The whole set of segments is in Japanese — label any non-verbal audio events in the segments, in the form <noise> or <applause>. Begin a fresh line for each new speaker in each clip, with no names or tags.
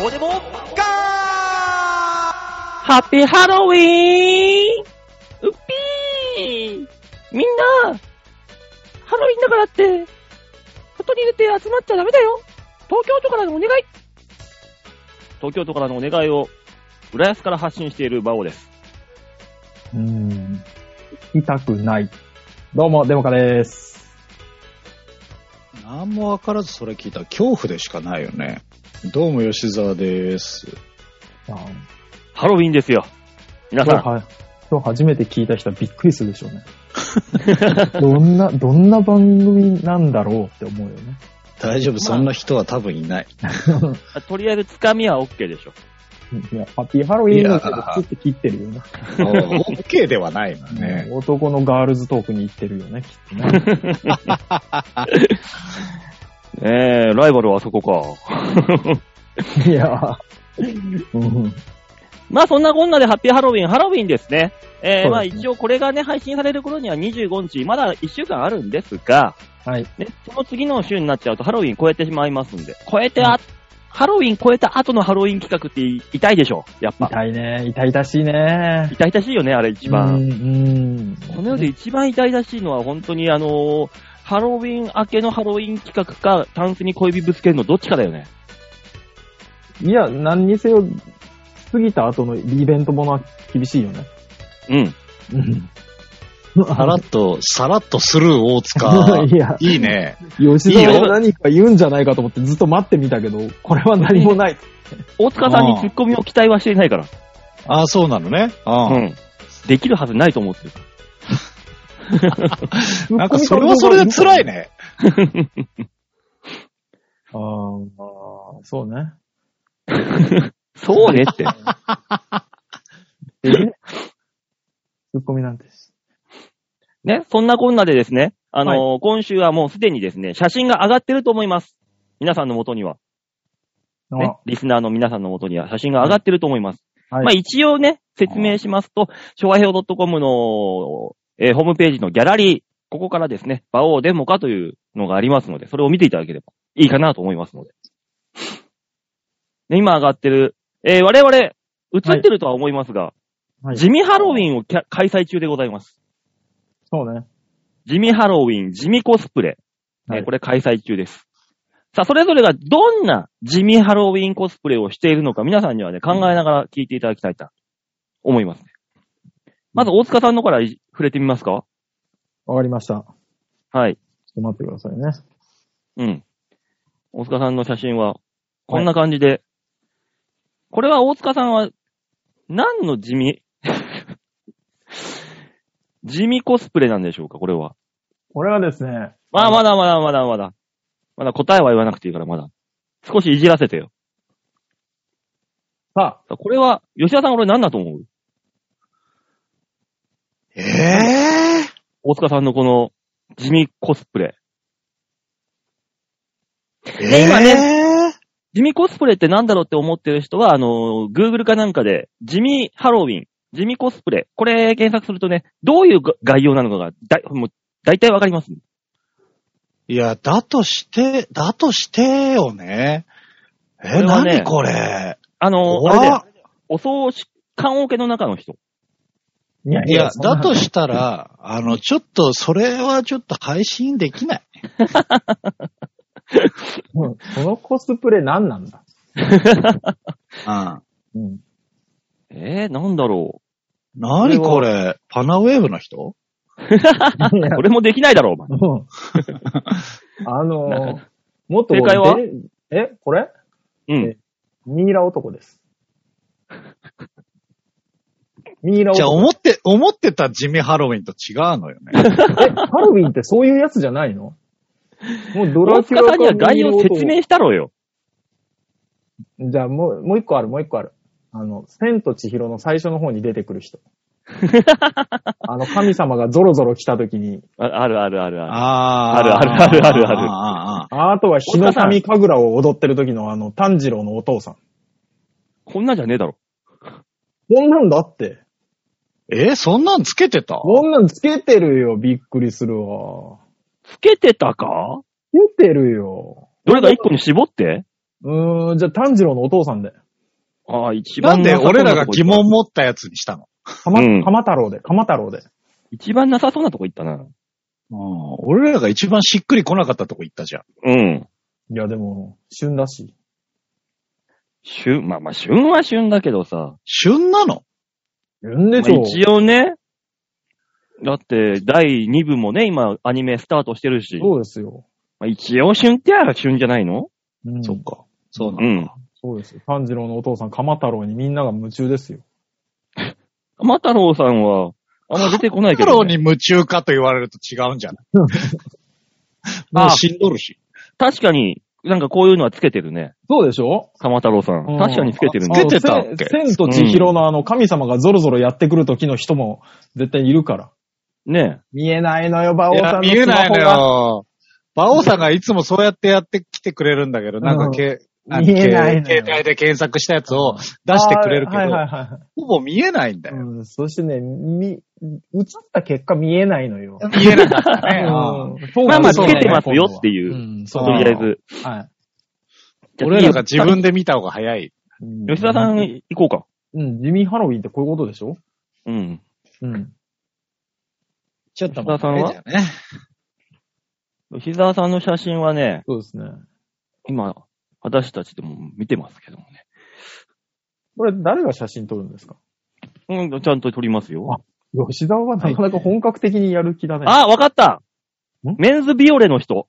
どうでもガ
ハッピーハロウィーンうっぴーみんな、ハロウィーンだからって、外に出て集まっちゃダメだよ東京都からのお願い
東京都からのお願いを、浦安から発信している馬王です。
うーん。痛くない。どうも、デモカです。
ーなんもわからずそれ聞いたら恐怖でしかないよね。どうも吉沢です。
あー
ハロウィンですよ。皆
今
さ
日
ん、
は、今日初めて聞いた人はびっくりするでしょうね。どんな、どんな番組なんだろうって思うよね。
大丈夫、
まあ
そんな人は多分いない。
とりあえずつかみは OK でしょ。
いや、ハッピーハロウィーンのけ
い
ど
やー、
ちょっと切ってるよね。
オッケーではないの <laughs> ね。
男のガールズトークに行ってるよね、きっとね。
えー、ライバルはあそこか。
いやーうん。
<laughs> まあそんなこんなでハッピーハロウィン、ハロウィンですね。えー、ま
そう
あ
ですね
一応これがね、配信される頃には25日、まだ1週間あるんですが、
はい。
ね、その次の週になっちゃうとハロウィン超えてしまいますんで、超えてあ、ハロウィン超えた後のハロウィン企画ってい痛いでしょ、やっぱ。
痛いね。痛々しいね。
痛々しいよね、あれ一番。
うんうん。
この世で一番痛々しいのは本当にあのーハロウィン明けのハロウィン企画か、タンスに小指ぶつけるのどっちかだよね。
いや、何にせよ、過ぎた後のイベントものは厳しいよね。
うん。
<laughs> うん。。
さらっと、さらっとスルー大塚
いや、
<laughs> いいね。
吉
いい
田
よ
は何か言うんじゃないかと思ってずっと待ってみたけど、これは何もない。
大塚さんにツッコミを期待はしていないから。
ああ、そうなのね。
う
あ
ん。できるはずないと思ってる。
あ。 <laughs> なんかそれはそれで辛い。 <laughs> ね。
あーまあ、そうね。
そうね <laughs> って。
えねツッコミなんです。
ね。そんなこんなでですね、あのー今週はもうすでにですね、写真が上がってると思います。皆さんの元には、ね
あ、
リスナーの皆さんの元には写真が上がってると思います。
はい
まあ一応ね、説明しますと、昭和平ッ .com の、えーホームページのギャラリー、ここからですね、馬王デモかというのがありますので、それを見ていただければいいかなと思いますので。で今上がってる、えー我々、映ってるとは思いますが、
はい
地味ハロウィンをキャ開催中でございます。
そうね。
地味ハロウィン、地味コスプレ。ね
はい
これ開催中です。さあ、それぞれがどんな地味ハロウィンコスプレをしているのか、皆さんにはね、考えながら聞いていただきたいと思いますね。まず、大塚さんのからい触れてみますか
わかりました。
はい。
ちょっと待ってくださいね。
うん。大塚さんの写真は、こんな感じで、これは大塚さんは、何の地 <laughs> 味、地味コスプレなんでしょうか、これは。
これはですね、
まあ、まだまだまだまだ。まだ答えは言わなくていいから、まだ。少しいじらせてよ。
さあ、
さあこれは、吉田さん俺何だと思う
ええ
大塚さんのこの、地味コスプレ。
ー。
で今
ね。
地味コスプレって何だろうって思ってる人は、あの、Google かなんかで、地味ハロウィン、地味コスプレ。これ検索するとね、どういうが概要なのかが、だい、もう、大体わかります。
いや、だとして、だとしてよね。え、
これはね
何これ。
あの、あれ
怖
で
っ、
お葬式、棺桶の中の人。
いや
いや、
そんな
だとしたら、あの、ちょっと、それはちょっと配信できない。
うんそのコスプレ何なんだ
うん。 <laughs>
うん。
えー、なんだろ
何これ、パナウェーブの人
いや
う。これもできないだろう、お前。
うんあのー、もっと、
正解は
でえ、これ
うん。
ミイラ男です。 <laughs> ミイラ
じゃあ、
男。
思って、思ってた地味ハロウィンと違うのよね。
え、ハロウィンってそういうやつじゃないのもうド
大
ラキュ
塚
ラ
さんには概要説
ミイラ
明したろうよ。
男じゃあ、もう、もう一個ある、もう一個ある。あの、千と千尋の最初の方に出てく
<laughs>
る人。あの、神様がゾロゾロ来た時に、
ああるあるあるある。
あ
あるあるあるあるある
あ
あとは日の神神楽を踊ってる時のあの、炭治郎のお父さん。
こんなんじゃねえだろ。
こんなんだって。
るえ、そんなんつけてた
こんなんつけてるよ、びっくりするわ。
つけてたか
つけてるよ。
どれか一個に絞って。
うーん、じゃあ炭治郎のお父さんで。
ああ、一
な
番
んで俺らが疑問持ったやつにしたの
かま、
うん
鎌太郎で、鎌太郎で。
一番なさそうなとこ行ったな。
うん俺らが一番しっくり来なかったとこ行ったじゃん。
うん。
いや、でも、旬だし。
旬、まあまあ、旬は旬だけどさ。
旬なの
旬でし
まあ
ょ。
一応ね。だって、第2部もね、今、アニメスタートしてるし。
そうですよ。
まあ、一応旬ってやら旬じゃないの
うん、
そっか。そうな
う
の。
ん。
そうですよ。炭治郎のお父さん、鎌太郎にみんなが夢中ですよ。
マ太郎さんは、あんま出てこないけ
太
ど、
郎
ね。
に夢中かと言われると違うんじゃない
うん
<laughs> もう死んどるし。
確かに、なんかこういうのはつけてるね。
そうでしょ
鎌太郎さん。
うん
確かにつけてる
あ
ね
つ。けてたっ
あ
け
のせ千と千尋のあの、神様がゾロゾロやってくる時の人も絶対いるから。
ね
見えないのよ、馬王
い
さ
や
んの
見
ス
え
マ
ない
ホ
の
が。
よ。馬王さんがいつもそうやってやってきてくれるんだけど、なん
う
か
ん
け、
見えないのよ
携帯で検索したやつを出してくれるけ
はいは
ど、
いは
ほぼ見えないんだ
い。
よ。
うん、そしてね、み、映った結果見えないのよ。
見えなかったね。 <laughs> うん
え。
ん
まあまあ、つ
そう
け
ね
てますよって
う
いう。
ん、
と
そうう
ね
りあえず。
は
じゃあ
俺らが
次
自分で見た方が早
い。
い。
吉田さん行こうか。
うん、地味ハロウィンってこういうことでしょ
うん。
うん。
ちょっと
待って
ね。
吉沢さんの写真はね、
そうですね。
今、私たちでも見てますけどもね。
これ誰が写真撮るんですか
うん、ちゃんと撮りますよ。
吉沢はなかなか本格的にやる気だね。
あ、わかった
ん
メンズビオレの人。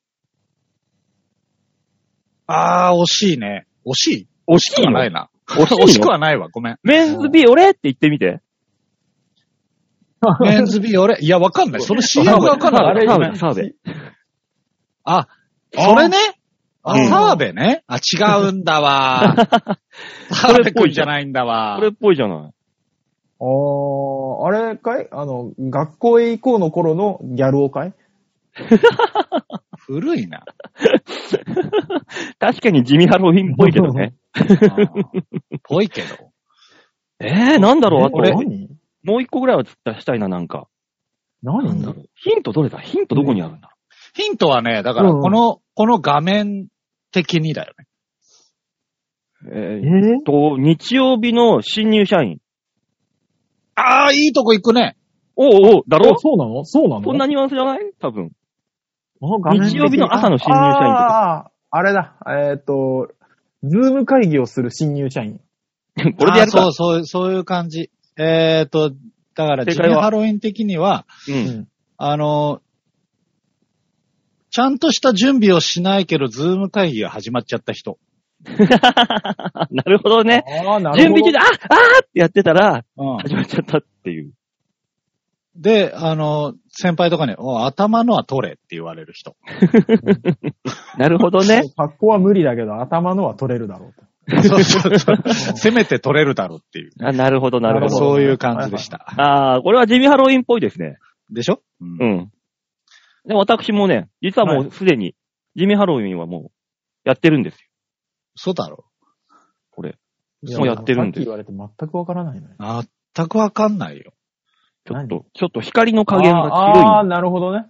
あー、惜しいね。惜しい
惜
惜しくはないな。
惜しいの
惜しくはないわ、ごめん。
メンズビオレって言ってみて。
メンズビオレ。いや、わかんない。その CM がわかんない。
れ
澤部、澤部。
あ、それね。あ
うん、
澤部ね。あ、違うんだわ。 <laughs> 澤部くんじゃないんだわ
こ。れっぽいじゃない。
あー、あれかいあの、学校へ行こうの頃のギャルをかい
古いな。
確かに地味ハロウィンっぽいけどね。
うんぽいけど。
<laughs> えー、なんだろうあと、
俺
何
もう一個ぐらいは出したいな、なんか。なんだ
何
ろう。ヒントどれだヒントどこにあるんだろ
ヒントはね、だから、
うん
この、この画面的にだよね。
う。え
え
ー、え
ー
っと、日曜日の新入社員。
あー、いいとこ行くね。
おうおう、だろ
おそうなのそうなの
こんなニュアンスじゃない多分。
この画面
日曜日の朝の新入社員とか。
あーあー、あれだ。えっ、と、ズーム会議をする新入社員。
これでやる
あ
か
ー。そう、そう、そういう感じ。えーと、だから、
正
ジ
解は
ムハロウィン的には、
う。
うんん。
あの、ちゃんとした準備をしないけど、ズーム会議が始まっちゃった人。
<laughs> なるほどね。
ああ、な
準備中で、ああーってやってたら、
うん
始まっちゃったっていう。
で、あの、先輩とかに、お頭のは取れって言われる人。
なるほどね。
格好は無理だけど、頭のは取れるだろうと。
そうそうそう。 <laughs> せめて取れるだろうっていう。
あなるほど、なるほど。
そういう感じでした。
ああ、これは地味ハロウィンっぽいですね。
でしょ
う。ん。でも私もね、実はもうすでに、地味ハロウィンはもう、やってるんですよ。
そうだろ
これ。
い
もうやってるんで
さっき言われて全くわからないね。
う。全くわかんないよ。
ちょっ
何
と、ちょっと光の加減が
あーあー、
強
なるほどね。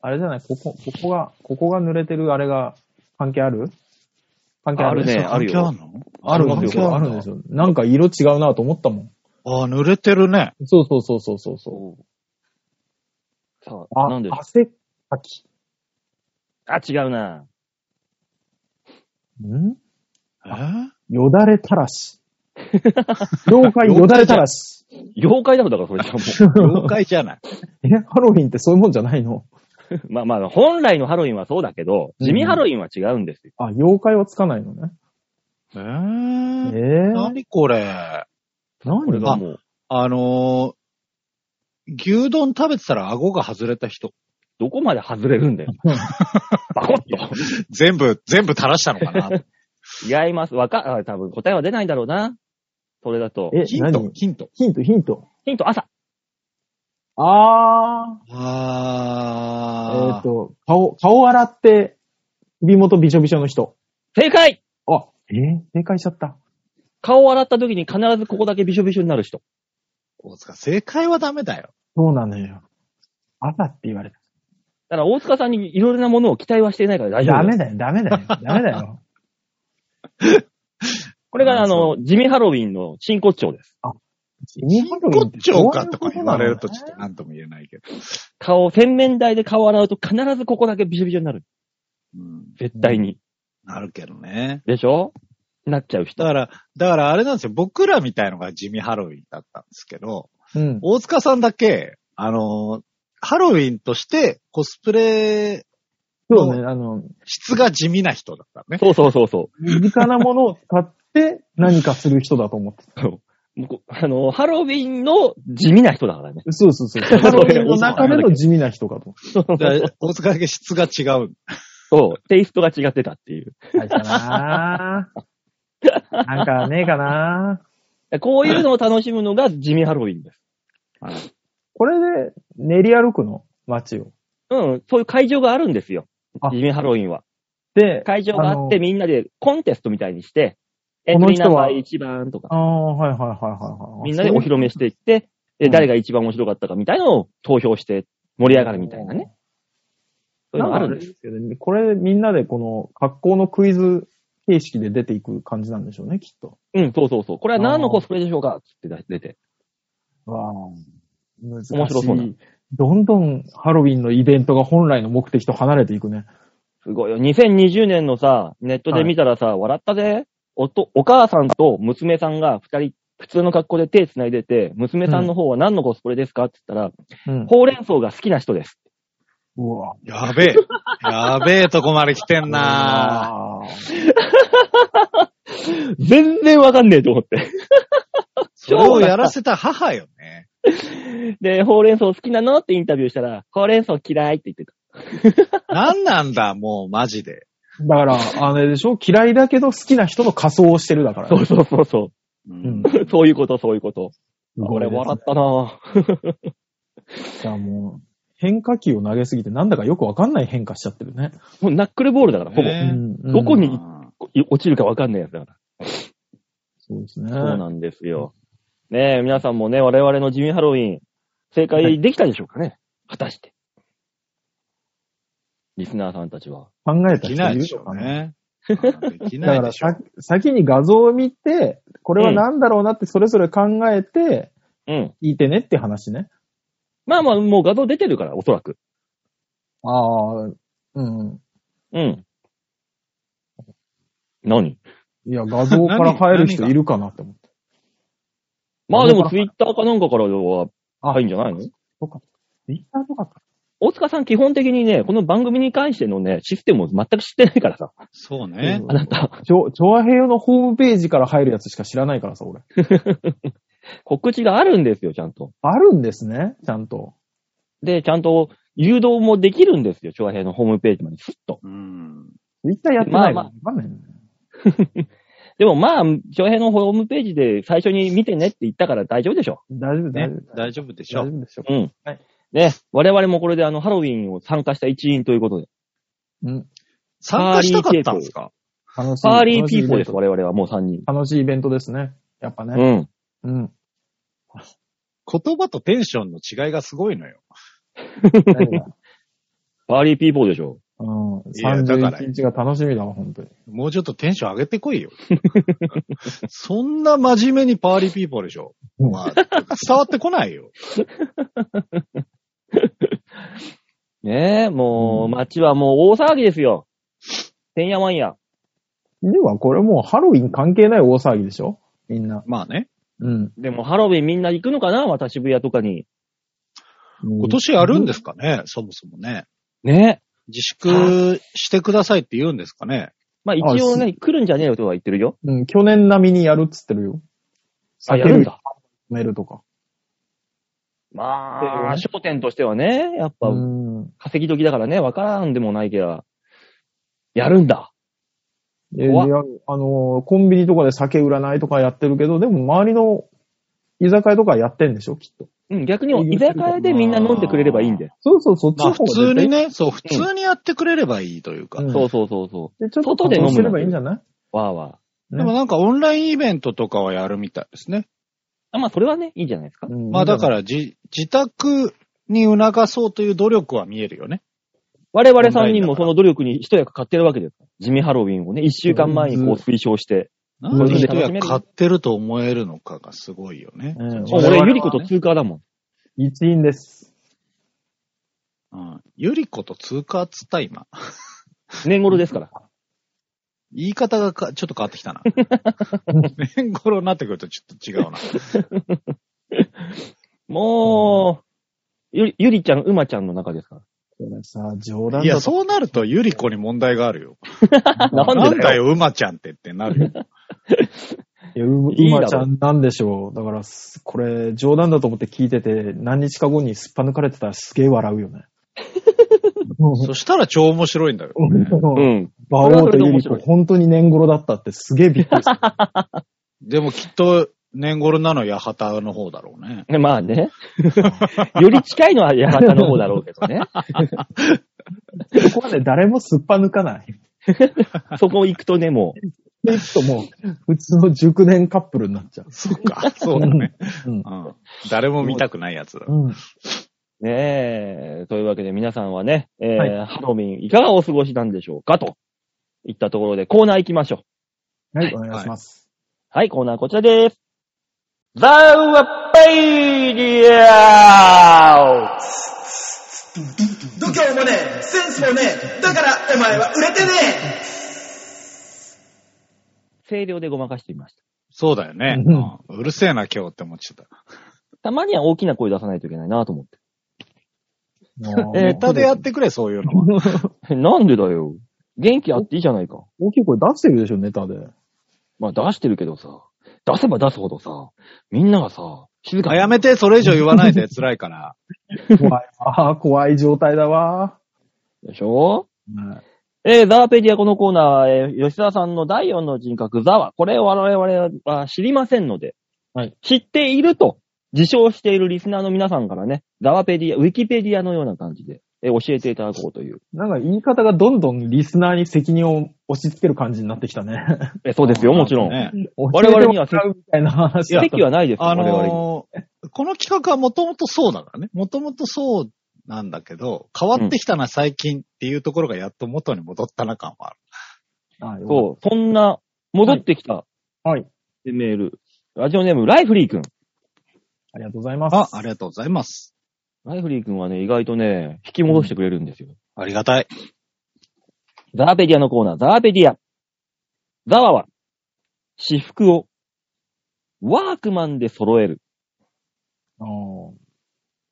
あれじゃない、ここ、ここが、ここが濡れてるあれが関係ある関係ある
あるね
そう
あるよ
関係あるの
あるんですよ。あ
関係
る
の
んですよ。なんか色違うなと思ったも
あー、濡れてるね。
ん。そうそうそうそうそうそ
いの。さ
う。
あ、
あ
なんで、
汗かき。
あ、違うな。
ん
え
よだれたら <laughs> し。妖怪よだれたらし。
妖怪だろ、だからそれじゃも
ー妖怪じゃない。
え、ハロウィンってそういうもんじゃないの
<laughs> う。まあまあ、本来のハロウィンはそうだけど、地味ハロウィンは違うんですよ。
あ、妖怪はつかないのね。
<laughs> え
え
ー、
ー、
何これ。
これ
何
が
が
もう、
あのー、牛丼食べてたら顎が外れた人。
どこまで外れるんだよ。 <laughs> バコッと。
全部、全部垂らしたのか <laughs> な
違います。わか、あ多分答えは出ないんだろうな。それだと。
え、
ヒント
何、
ヒント。
ヒント、ヒント。
ヒント、朝。
あー、え
あ
っ、と、顔、顔洗って、首元びしょびしょの人。
正解
あ、えー、正解しちゃった。
顔を洗った時に必ずここだけびしょびしょになる人。
大塚、正解はダメだよ。
そうなのよ。朝って言われた。
だから大塚さんにいろいろなものを期待はしていないから大丈夫。
<laughs>
ダメだよ、ダメだよ、ダメだよ。
これが、
あ
あ
そ
の、地味ハロウィンの真骨頂です。
地味ハロウィン
こ
っ
ってち
どういう
ょ
こ
うかとか言われると
な
ち
の
ょっと何とも言えないけど。
顔を、洗面台で顔を洗うと必ずここだけビショビショになる。
うん。
絶対に。
なるけどね。
でしょなっちゃう人
だ。から、だからあれなんですよ。僕らみたいのが地味ハロウィンだったんですけど、
うん。
大塚さんだけ、あの、ハロウィンとしてコスプレ
そうね、あの、
質が地味な人だった
<laughs>
ね。
そうそうそうそ
身近なものを使って何かする人だと思ってた。
う。も <laughs> うこあの、ハロウィンの地味な人だからね。
そうそう
<laughs>
そう。ハロウィンの中での地味な人かと思って
だから大塚だけ質が違う。
そう。テイストが違ってたっていう。
た。ないかなぁなんかねえかなぁ
こういうのを楽しむのが地味ハロウィンです。
これで練り歩くの街を。
うん。そういう会場があるんですよ
あ。
地味ハロウィンは。
で、
会場があって
の
みんなでコンテストみたいにして、エ
こ
ント
の
リーナ
人
ン
は
バー1番とか、
ああ、はいはいはいはいはい。
みんなでお披露目していって、で、
うん
誰が一番面白かったかみたいなのを投票して盛り上がるみたいなね。そういうの
なんか
あ
あ
る
る
ん
ん
で。
ですすけど、これみんなでこの格好のクイズ形式で出ていく感じなんでしょうね、きっと。
うん、そうそうそう。これは何のコスプレでしょうかつって出て。
わあ、難しい。
面白そうな
どんどんハロウィンのイベントが本来の目的と離れていくね。
すごいよ。2020年のさ、ネットで見たらさ、笑ったぜ。おと、お母さんと娘さんが二人、普通の格好で手繋いでて、娘さんの方は何のコスプレですかって言ったら、
うん。
ほうれん草が好きな人です。
うわ
やべえ。やべえとこまで来てん
<laughs>
な
あー。
全然わかんねえと思って。
それをやらせた母よね。
で、ほうれん草好きなのってインタビューしたら、ほうれん草嫌いって言ってた。
なんなんだ、もうマジで。
だから、あれでしょ嫌いだけど好きな人の仮装をしてるだから、
そうそうそうそう
うん。
う。そういうこと、そういうこと。これ笑
っ
ったなぁ。
た。もう、変化球を投げすぎてなんだかよくわかんない変化しちゃってるね。
もうナックルボールだから、ほぼ。
ね
うん
どこに
うん
落ちるかわかんないやつだから。
そうですね。
そうなんですよ。ねえ、皆さんもね、我々の地味ハロウィン、正解できたでしょうかね、果たして。リスナーさんたちは。
考え
で
た
き
人
ない
い
で
る
し
の
ょ
か
う
な。
ね。でき
だ
ない
か
で
ら
しょう
さ。、先に画像を見て、これは何だろうなってそれぞれ考えて、
うん。
聞いてねって話ね。
まあまあ、もう画像出てるから、おそらく。
ああ、うん。
うん。何
いや、画像から入る人いるかなって思って。
まあでも、ツイッターかなんかからは、
あ
入いんじゃないの
そうか。ツイッターとかか。
大塚さん基本的にね、この番組に関してのね、システムを全く知ってないからさ。 <laughs>
そうね。
あなた、
ちょ、調和平和のホームページから入るやつしか知らないからさ、俺。
告知があるんですよ、ちゃんと。
あるんですね、ちゃんと。
で、ちゃんと誘導もできるんですよ、長平のホームページまで、スッと。
うん。
ツイッターやってないから
まあ
わかんないね。
でもまあ、長平のホームページで最初に見てねって言ったから大丈夫でしょ。
大丈夫、大
ね
丈夫。、
大丈夫でし
大
ょ
丈
う。
夫でしょ。
うん。
はい
ね、我々もこれであの、ハロウィンを参加した一員ということで。
うん。
参加したかったんですか <laughs>
楽しい。
パーリーピーポー
楽しいイベ
で
ン
す、
ト
我々はもう3人。
楽しいイベントですね。やっぱ
う
ね。
ん。
うん。
言葉とテンションの違いがすごいのよ。
誰が
パーリーピーポーでしょ。
うん。
いやだから
31日が楽しみだわ、本当に。
もうちょっとテンション上げてこいよ。 <laughs> そんな真面目にパーリーピーポーでしょ。まあ、伝わってこないよ。
ねえ、も
う
う、
ん
街はもう大騒ぎですよ。てんやわんや。
では、これもうハロウィン関係ない大騒ぎでしょみんな。
まあね。
うん。
でもハロウィンみんな行くのかなまた渋谷とかに。
今
今年やるんですかね、そもそもね。
ねえ。
自粛してくださいって言うんですかね。
まあ一応ね、来るんじゃねえよとは言ってるよ。
うん、去年並みにやるっつってるよ。
あ、やるんだ。
酒類止めるとか。
まあ、焦点としてはね、やっぱ
うん。
稼ぎ時だからね、わからんでもないけど、やるんだ。
え
怖っ
いやあのー、コンビニとかで酒売らないとかやってるけど、でも周りの居酒屋とかやってんでしょきっと。
うん、逆に居酒屋でみんな飲んでくれればいいんで。
そうそう、そっち
まあ
の
普
方が
通
絶対
に。ね、そう、普通にやってくれればいいというか。
うん
そうそうそうそ
でちょっと
外で飲むの
すればいいんじゃな
う。わーわ
い
でもなんかオンラインイベントとかはやるみたいですね。
ー。あまあ、それはね、いいじゃないですか。
うん。
まあだかららじ、自宅に促そうという努力は見えるよね。
我々3人もその努力に一役買ってるわけです。地味ハロウィンをね、一週間前にこう推奨して。
なん
こ
で
れで
一
楽しめる
役買ってると思えるのかがすごいよね。
うん
そう
俺、ゆり子と通過だもん。
一員です。
うん。ゆり子と通過っつった今。
年頃ですから。
言い方がかちょっと変わってきたな。年頃になってくるとちょっと違うな。
もう、ゆり、ゆりちゃん、うまちゃんの中ですか
これさ、冗談
いや、
だと
そうなるとゆり子に問題があるよ。
ら。なんでだよ
なんだよ、うまちゃんってってなるよ。
いやう
いいだろ
馬ちゃんなんでしょう。だから、すこれ、冗談だと思って聞いてて、何日か後にすっぱ抜かれてたらすげえ笑うよね。
そしたら超面白いんだよ。
う
馬
ん。
王とユリコ、本当に年頃だったってすげえびっくりした。
でもきっと、年頃なのは八幡の方だろうね。
ねまあね。 <laughs> より近いのは八幡の方だろうけど <laughs> ね。
ここまで誰もすっぱ抜かない。
そこ行くとね、も
で、いくともう、普通の熟年カップルになっちゃう。
そっか、そうだね。
うん
う。ん。誰も見たくないやつだ。
うん。
う、ねえ、というわけで皆さんはね、えー
は
ハロウィンいかがお過ごしなんでしょうかと、いったところでコーナー行きましょう。
はい、お願いします。
はい、コーナーこちらです。ザワペイリア
度胸もねえセンスもねえだからお前は売れてねえ
声量でごまかしてみました。
そうだよね。
うん
うんうるせえな、今日って思っちゃった。
たまには大きな声出さないといけないなと思っ
もう
え
ネタでやってくれ、そういうのは。
て。なんでだよ。元気あっていいじゃないか。
大きい声出してるでしょ、ネタで。
まあ出してるけどさ、出せば出すほどさ、みんながさ、静か
あ
に
やめて、それ以上言わないで、辛いから。
怖い。ああ、怖い状態だわ。
でしょ
はい
えー、ザワペディアこのコーナー、えー吉田さんの第4の人格、ザワ。これを我々は知りませんので、
はい
知っていると自称しているリスナーの皆さんからね、ザワペディア、ウィキペディアのような感じで、えー教えていただこうという。
なんか言い方がどんどんリスナーに責任を押し付ける感じになってきたね。
えーそうですよ、もちろん。
ね
我
々には
使うみたい <laughs> な話だった
席はないですよ、
あ
我々に。
のーこの企画はもともとそうだからね。もともとそうなんだけど、変わってきたな、最近っていうところがやっと元に戻ったな感はあ
あ
る。
よかっ
そう、そんな、戻ってきた、
たはい。
メール。ラジオネーム、ライフリー君。
ありがとうございます。
あ、ありがとうございます。
ライフリー君はね、意外とね、引き戻してくれるんですよ。
ありがたい。
ザーペディアのコーナー、ザーペディア。ザワは、私服を、ワークマンで揃える。
あー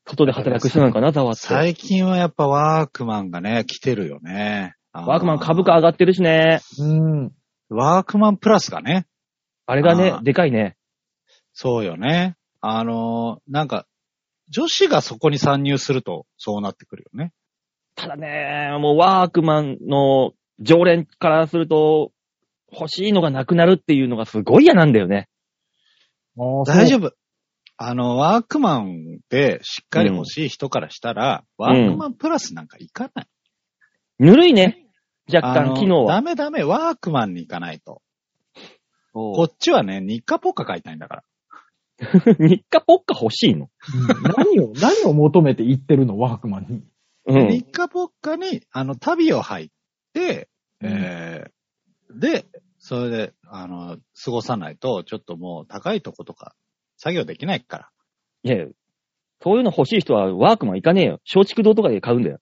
外で働く人なんかな、ザワって。
最近はやっぱワークマンがね、来てるよね。
ワ
ワ
ークマン株価上がってるしね。
うん。
ワークマンプラスがね。
あれがね
あ、ー
でかいね。
そうよね。あのーなんか、女子がそこに参入すると、そうなってくるよね。
ただね、もうワークマンの常連からすると、欲しいのがなくなるっていうのがすごい嫌なんだよね。
大丈
夫。
夫。あの、ワークマンでしっかり欲しい人からしたら、ワークマンプラスなんか行かない。
ぬるいね。若
あの
干、機能は。
ダメダメ、ワークマンに行かないと。こ
こ
っちはね、日課ポッカ買いたいんだから。
日課ポッカ欲しいの。
うん何を、 <laughs> 何を求めて言ってるの、ワークマンに。
う
日
ん。
課ポッカに、あの、旅を入って、えー、で、それで、あの、過ごさないと、ちょっともう高いとことか、作業できないから。
いや、そういうの欲しい人はワークマン行かねえよ。松竹堂とかで買うんだよ。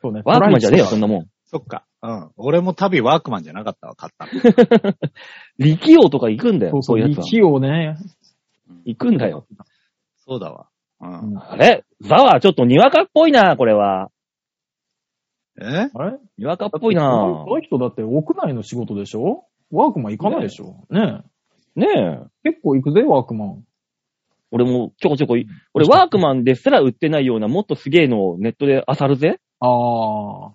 そうね。
ワークマンじゃねえよ、
ト
そんなもん。
そっか。うん。俺も旅ワークマンじゃなかったわ、買ったの。
力王とか行くんだ
ライそ
よ、
うそ
そういう
う、
やつは。
息をね。
行くんだよ。
そうだわ。うん。
あれザワ、ちょっとにわかっぽいな、これは。
え
あれっ
にわかっぽいな
この人だって屋内の仕事でしょワークマン行かないでしょね
ねえ。
え結構行くぜ、ワークマン。
俺もちょこちょこい、俺ワークマンですら売ってないようなもっとすげえのをネットで漁るぜ。
ああ。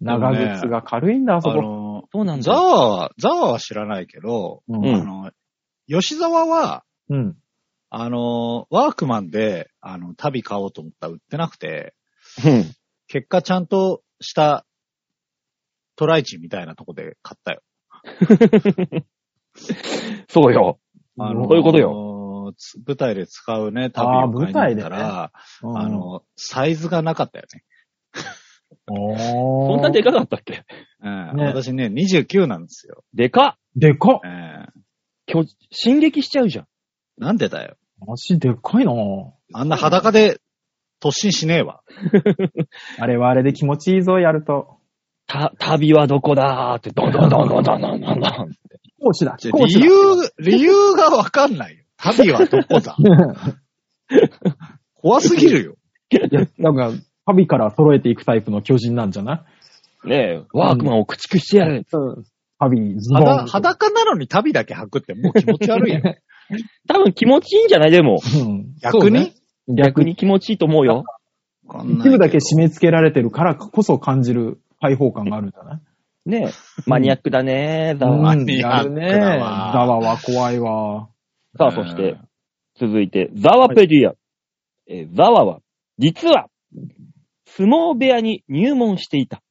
長靴が軽いんだ、あそ
あ
こ。
の、
そうなん
ザ
だ。
ワは、ザワは知らないけど、
う
うん
あの、吉沢は、
うん。
あの、ワークマンで、あの、旅買おうと思ったら売ってなくて、
うん。
結果ちゃんとしたトライチみたいなとこで買ったよ。
そうよ。
あ
そういうこと
よ。つ舞台で使うね、旅を買いに行ったら、
あ
あ、の、サイズがなかったよね。
そ
そんなでかかったっけ
うん
ね
私ね、29なんですよ。
でかっ
でかっ
ええ
今日、進撃しちゃうじゃん。
なんでだよ。
足でっかいなぁ
あんな裸で突進しねえわ。
あれはあれで気持ちいいぞ、やると。
た、旅はどこだーって、どんどんどんどんどんどんどんどん。
講師だ、
じゃ
講師
理
だ。
由、理由がわかんな
<laughs>
いよ。旅はどこだ怖すぎ
<laughs>
るよ。
いや、 <laughs> なんか、旅から揃えていくタイプの巨人なんじゃない
ねえ、ワークマンを駆逐してやる。
うん。旅、ズボ
裸
ン。
裸なのに旅だけ履くってもう気持ち悪いよ。
多分気持ちいいんじゃないでも。
うん。
逆に、
<laughs> そうね
逆
逆に。
に気持ちいいと思うよ。
こんなん
一部だけ締め付けられてるからこそ感じる開放感があるんじゃない
ねえ、マニアックだねー、だ
マ
わ。
ニア
や
ックだわ
るねザワは怖いわ。
さあ、そして、続いて、ザワペディア。えーザワは、実は、相撲部屋に入門していた。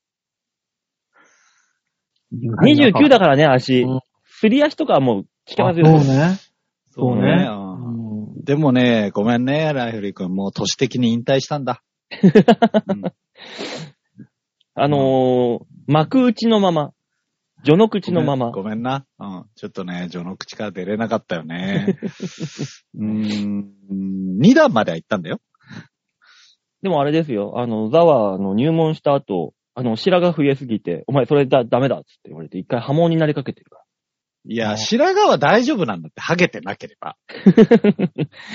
29だからね、足
うん。
すり足とかはもう効か
あ
な
そ
いうです。
ね。
そう
そう
ね
ね。
うん
うん
でもね、ごめんね、ライフリー君。もう都市的に引退したんだ。うん
あのー、幕打ちのまま、序の口のまま。
ごめんごめんな。うん。ちょっとね、序の口から出れなかった
<laughs>
よね。うーん。2段までは行ったんだよ。
でもあれですよ、あの、ザワの入門した後、あの、白が増えすぎて、お前それだ、ダメだっつって言われて、一回波紋になりかけてるか
いうや、
ん
白髪は大丈夫なんだって、ハゲてなければ。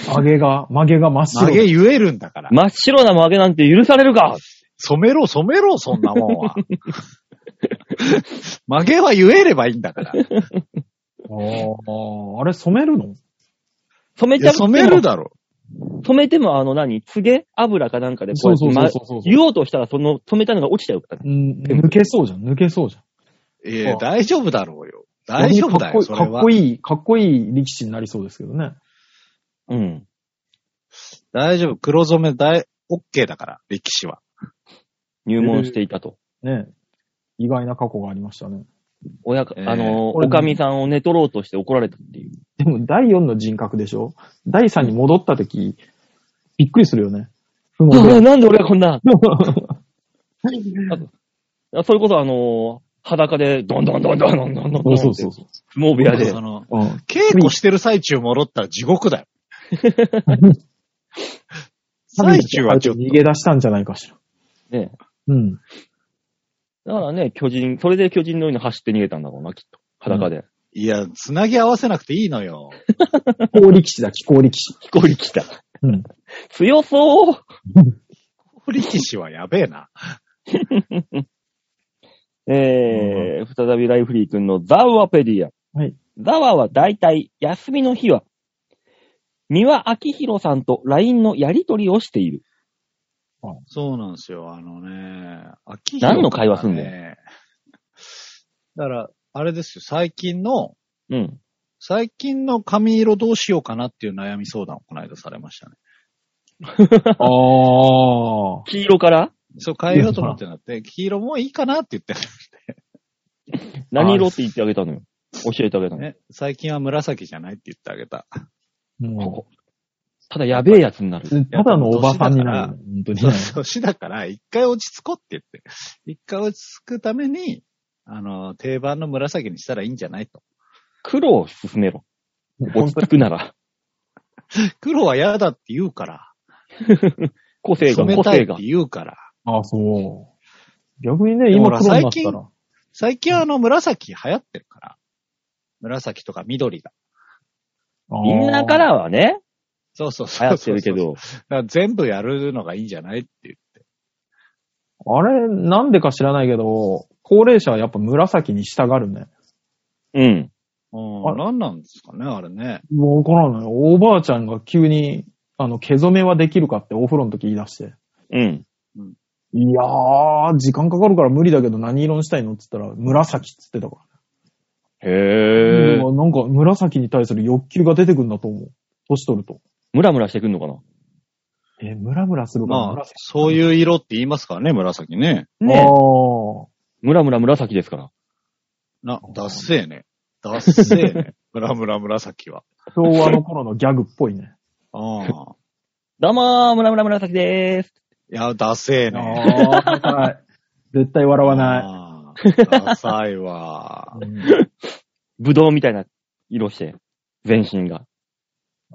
曲げが、曲げが真っ白だ。
曲げ言えるんだから
ら。。真っ白な曲げなんて許されるか
染めろ、染めろ、そんなもんは。 <laughs> 曲げは言えればいいん
<laughs>
だから。い
ああ、あれ染めるの
染めちゃ
や
っても
染めるだろ。
染めてもあの何、つげ油かなんかでこうやって、ま、
そう
言おうとしたらその染めたのが落ちちゃうからね。
うん、抜けそうじゃん、抜けそうじゃん。
いや
そう
大丈夫だろうよ。大丈夫だよ、それ
か
は。
っこいい、かっこいい力士になりそうですけどね。
うん。
大丈夫。黒染め大、オッケーだから、歴史は。
入門していたと。
ね意外な過去がありましたね。
親か、
えー
あの、
これ
おかみさんを寝取ろうとして怒られたっていう。
でも第4の人格でしょ第3に戻った時、びっくりするよね。相撲
あ
<laughs>
で。
なんで俺がこんな。あそれこそあの、裸で、どんどんどんどんどんどんどんどん。
そうそうそう。
相撲部屋で。
その、
うん
稽古してる最中戻ったら地
<laughs>
獄だよ。最中はちょっと
逃げ出したんじゃないかしら。
ね。
うん。
だからね、巨人、それで巨人のように走って逃げたんだろうな、きっと。裸で。
いや、つなぎ合わせなくていい
<laughs>
のよ。
気候力士だ、気候力士。
飛行機来た。
うん。
強そう
力士はやべえな。
えー、再びライフリー君のザワペディア。
はい。
ザワは大体、休みの日は、三輪明宏さんと LINE のやりとりをしている。
そうなんですよ。あのね、秋
何の会話すんだ
よ。だから、あれですよ、最近の、
うん。
最近の髪色どうしようかなっていう悩み相談をこの間され
<laughs>
ましたね。
ああ。
黄色から
そう、変えようと思ってなって、黄色もういいかなって言って
何色って言ってあげたのよ。教えてあげたの。
ね。最近は紫じゃないって言ってあげた。
も
ただやべえやつになる。
う、ただのおばさんになる。本当に
そう。年だから、一回落ち着こうって言って、一回落ち着くために、あの、定番の紫にしたらいいんじゃないと。
黒を進めろ。
<laughs>
落
本
ち
当
着くなら。
黒は嫌だって言うから、
個性が、
染
個
めたい
性
って
が。
言うから。
ああ、そう。逆にね、
でも
今
ほ
黒
ら
になった
最
ら。
最近はあの、紫流行ってるから。紫とか緑が。
みんなか。らはね、
そうそうそ
流
う
行ってるけど。。
だから全部やるのがいいんじゃないって言って。
あれ、なんでか知らないけど、高齢者はやっぱ紫に従るね。
うん。
うん
あ
何なんですかね、あれね。
もうからない。おばあちゃんが急に、あの、毛染めはできるかってお風呂の時言い出して。
うん。
いやー、時間かかるから無理だけど何色にしたいのって言ったら、紫って言ってたか
へ
ら。
え。
うわなんか紫に対する欲求が出てくるんだと思う。年取ると。
ムラムラしてくんのかな
えー、ムラムラするから
まあ
紫。、
そういう色って言いますからね、紫ね。
ね
あ
え。
ー
ムラムラ紫ですから。
な、ダッセーね。ダッセーね。 <laughs> ムラムラ紫は。
昭和の頃のギャグっぽいね。
ああ。
どうもー、ムラムラ紫でーす。
いや、ダセーね。
あー、高い。絶対笑わない。
ない。ダサ
<laughs>
いわ。
うん
ぶどうみたいな色して、全身が。
あ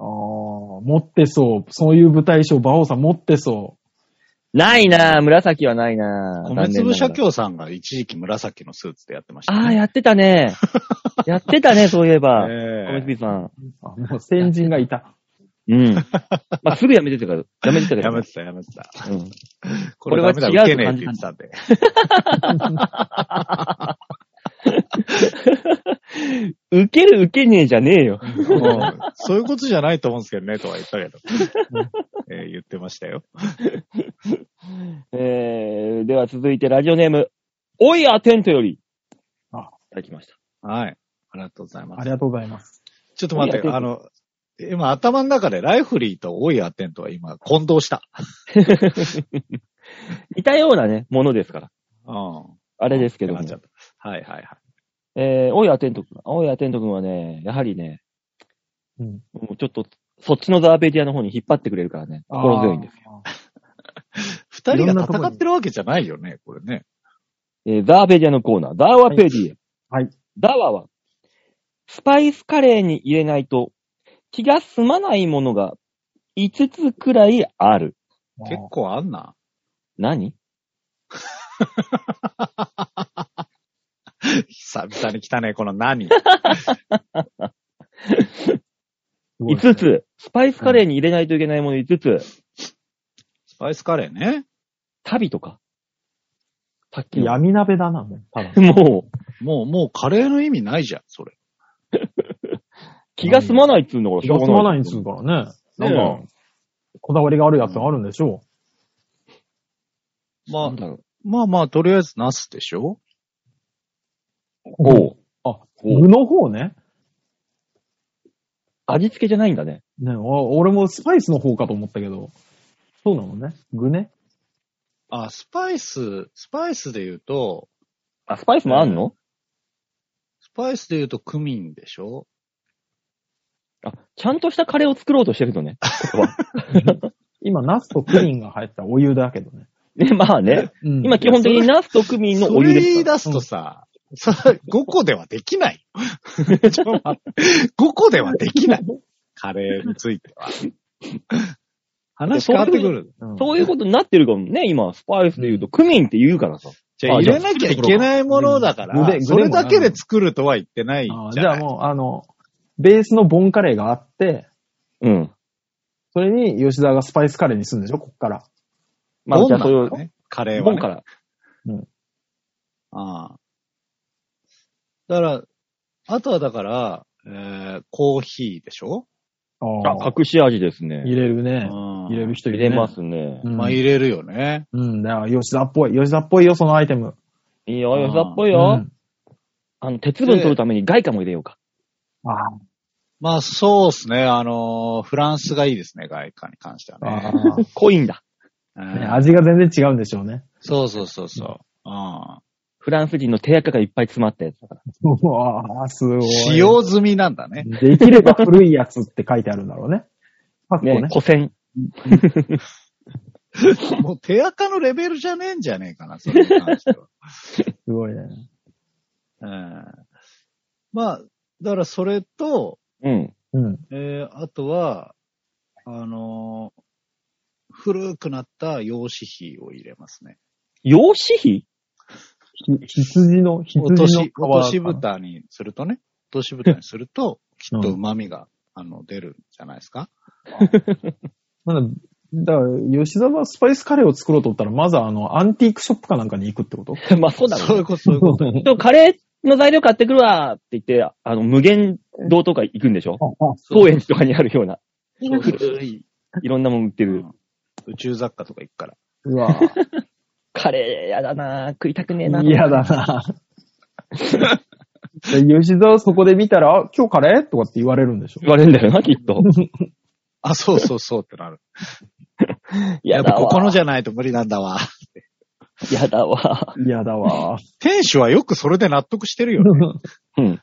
あ、持ってそう。そういう舞台衣装、馬王さん持ってそ
ないなぁ、紫はないなぁ。
米粒
残念なが
社
ら
協さんが一時期紫のスーツでやってました、
ああ、やってた
<laughs>
ね。やってたね、そういえば。米
え
粒さん。
う。 <laughs> あもう先人がいた。
うん。 <laughs> まあ、すぐやめてたから、やめてたけ
え
ど。
やめてた、やめてた。
うん。
これダメだ、受けねえって言ってたんで。
受ける受けねえじゃねえよ。
うんそういうことじゃないと思うんですけどね、とは言ったけ <laughs> ど。えー言ってましたよ。
えー、では続いてラジオネーム、おいアテントより。
あ、
いただきました。
はい。ありがとうございま
あ
す
り。がとうございます。
ちょっと待っ
い
て、
や
あの、今頭の中でライフリーとオイアテントは今混同した。
似たようなね、ものですから。
うん。
あれですけど
な
も
っ。ちゃったはいはいはい。
えー、おいアテント君。おいアテント君はね、やはりね、
うん。
もうちょっと、そっちのザーペディアの方に引っ張ってくれるからね、心強いんです。
よ。
二
いろ
人
ん
が
なとこに
戦ってるわけじゃないよね、これね。
えー、ザーペディアのコーナー、ザーワペディア。
はいはい。
ザワは、スパイスカレーに入れないと気が済まないものが5つくらいある。
結構あんな。
何
久々に来たね、この何。
すごい
5。つ。スパイスカレーに入れないといけないもの5つ。
スパイスカレーね。
タビとか。さっきの。
闇鍋だな、もう。多分
もう、
もう、もうカレーの意味ないじゃん、それ。
気が済まないっつうんだから、
気が済まないん
<laughs> し
つ
ょう
う
が
からね。
ねえ
なんか、こだわりがあるやつがあるんでしょ
ま
なんだ
あ、
ろう。
まあまあ、とりあえずナスでしょ
おう
あ、
おう
具の方ね。
味付けじゃないんだね。
ねお俺もスパイスの方かと思ったけど。そうなのね。具ね。
あ、スパイス、スパイスで言うと、
あ、スパイスもあんの、
スパイスで言うとクミンでしょ
あ、ちゃんとしたカレーを作ろうとしてるのね。これは
今、ナスとクリーンが入ったお湯だけどね。
ね、まあね。
うん
今基本的にナスとクミンの
そ
お
れ
湯
言
です
い
から。
出すとさ、それ5個ではできない。ちょっと待って。5個ではできない。カレーについては。話変わってくる。
うん
そういうことになってるかもね、今、スパイスで言うと、クミンって言うからさ。
じゃあ入れなきゃいけないものだから、
具で具でも
それだけで作るとは言ってない
あー
じ
じ
ゃ
ゃあ
ない
もう、あの、ベースのボンカレーがあって、
うん。
それに吉沢がスパイスカレーにするんでしょこっから。
まあ、
ボン
じゃ
な
あそうい
ん
う
だ、ね、カレー
ボ
は、
ン
ね。
から。
ああ。だから、あとはだから、えー、コーヒーでしょ、
あ
あ
ー、
隠し味ですね。
入れるね。
うん
入れる人い
入
る、ね。
れますね
う。ん。
まあ入れるよね。
うん。だから吉沢っぽい。吉沢っぽいよ、そのアイテム。
いいよ、
うん
吉沢っぽいうよ。
ん
あの、鉄分取るために外貨も入れようか。
あー
まあそうですね。あのーフランスがいいですね、外貨に関しては
あ
ね。
ー、
コインだ。
うん
ね味が全然違うんでしょうね。 <laughs>
そうそうそうそう。うん
フランス人の手垢がいっぱい詰まったやつだから。
うわあ、すごい。
使用済みなんだ <laughs> ね。
できれば古いやつって書いてあるんだろうね。パッコね
ね、。古銭。
もう手垢のレベルじゃねえんじゃねえかな、それに関しては。
すごいね。
<laughs> うんまあ、だからそれと、
うん。
うん。
えー、あとは、あのー古くなった用紙費を入れますね。
養子費
ひ羊の、羊
落
の
と
皮
し、落とし
かな
蓋にするとね、落とし蓋にする <laughs> と、きっと
うん
旨味が、あの、出るんじゃないですか。
なんだ、だから、吉沢はスパイスカレーを作ろうと思ったら、まずあの、アンティークショップかなんかに行くってこと
<laughs> まあそうだ
そうい
ろう
うこと、そういうこと。
ね。とカレーの材料買ってくるわーって言って、あの、無限堂とか行くんでしょ高円寺とかにあるような、
そう古い、
いろんなもん売って
う
る
ん。宇宙雑貨とか行くから。
<laughs> うわ
カレーやだなー食いたくねえなー
嫌だなで吉沢そこで見たら、あ今日カレーとかって言われるんでしょ
言われるんだよな、きっと。
あ、そうそうそうってなる。
い <laughs> や
っぱ
だわ。
ここのじゃないと無理なんだわ。
やだわ。
嫌だわ。
店主はよくそれで納得してるよね。
<laughs> うん。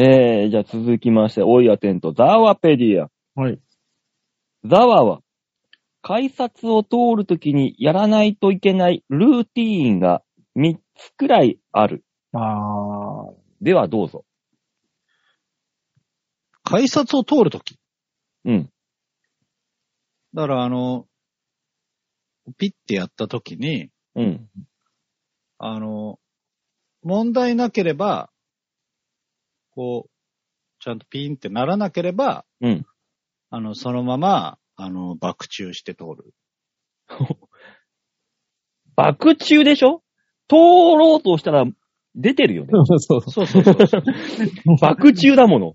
えー、じゃあ続きまして、大井アテント、ザワペディア。
はい。
ザワは、改札を通るときにやらないといけないルーティーンが3つくらいある。
あー。
ではどうぞ。
改札を通るとき。
うん。
だから、あの、ピッてやったときに、
うん。
あの、問題なければ、こう、ちゃんとピンってならなければ、
うん。
あの、そのまま、あの、爆中して通る。
爆中でしょ通ろうとしたら出てるよね。
そうそう。
そうそうそうそう。
爆中だもの。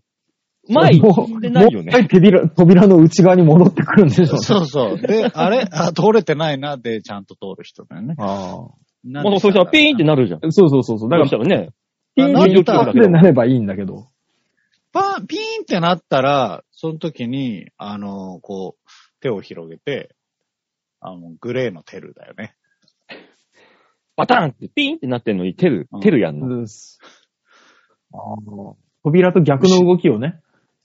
前行ってないよ
もう
ね。
一回扉、扉の内側に戻ってくるんでしょうね。
そうそう。で、あれあ、通れてないな、で、ちゃんと通る人だよね。
あ
なんで
もうそしたらピーンって
な
なるじゃん。
あ。そうそうそうそう。だ
だ
か
かした
ら、
らね、
ピン
な
ピン
っ
ピ
た
ンでなればいいんだけど。
パン、ピーンってなったら、その時に、あの、こう、手を広げて、あの、グレーのテルだよね。
バタンってピーンってなってんのに、テル
うん、
テルやんの。
ですあー扉と逆の動きをね、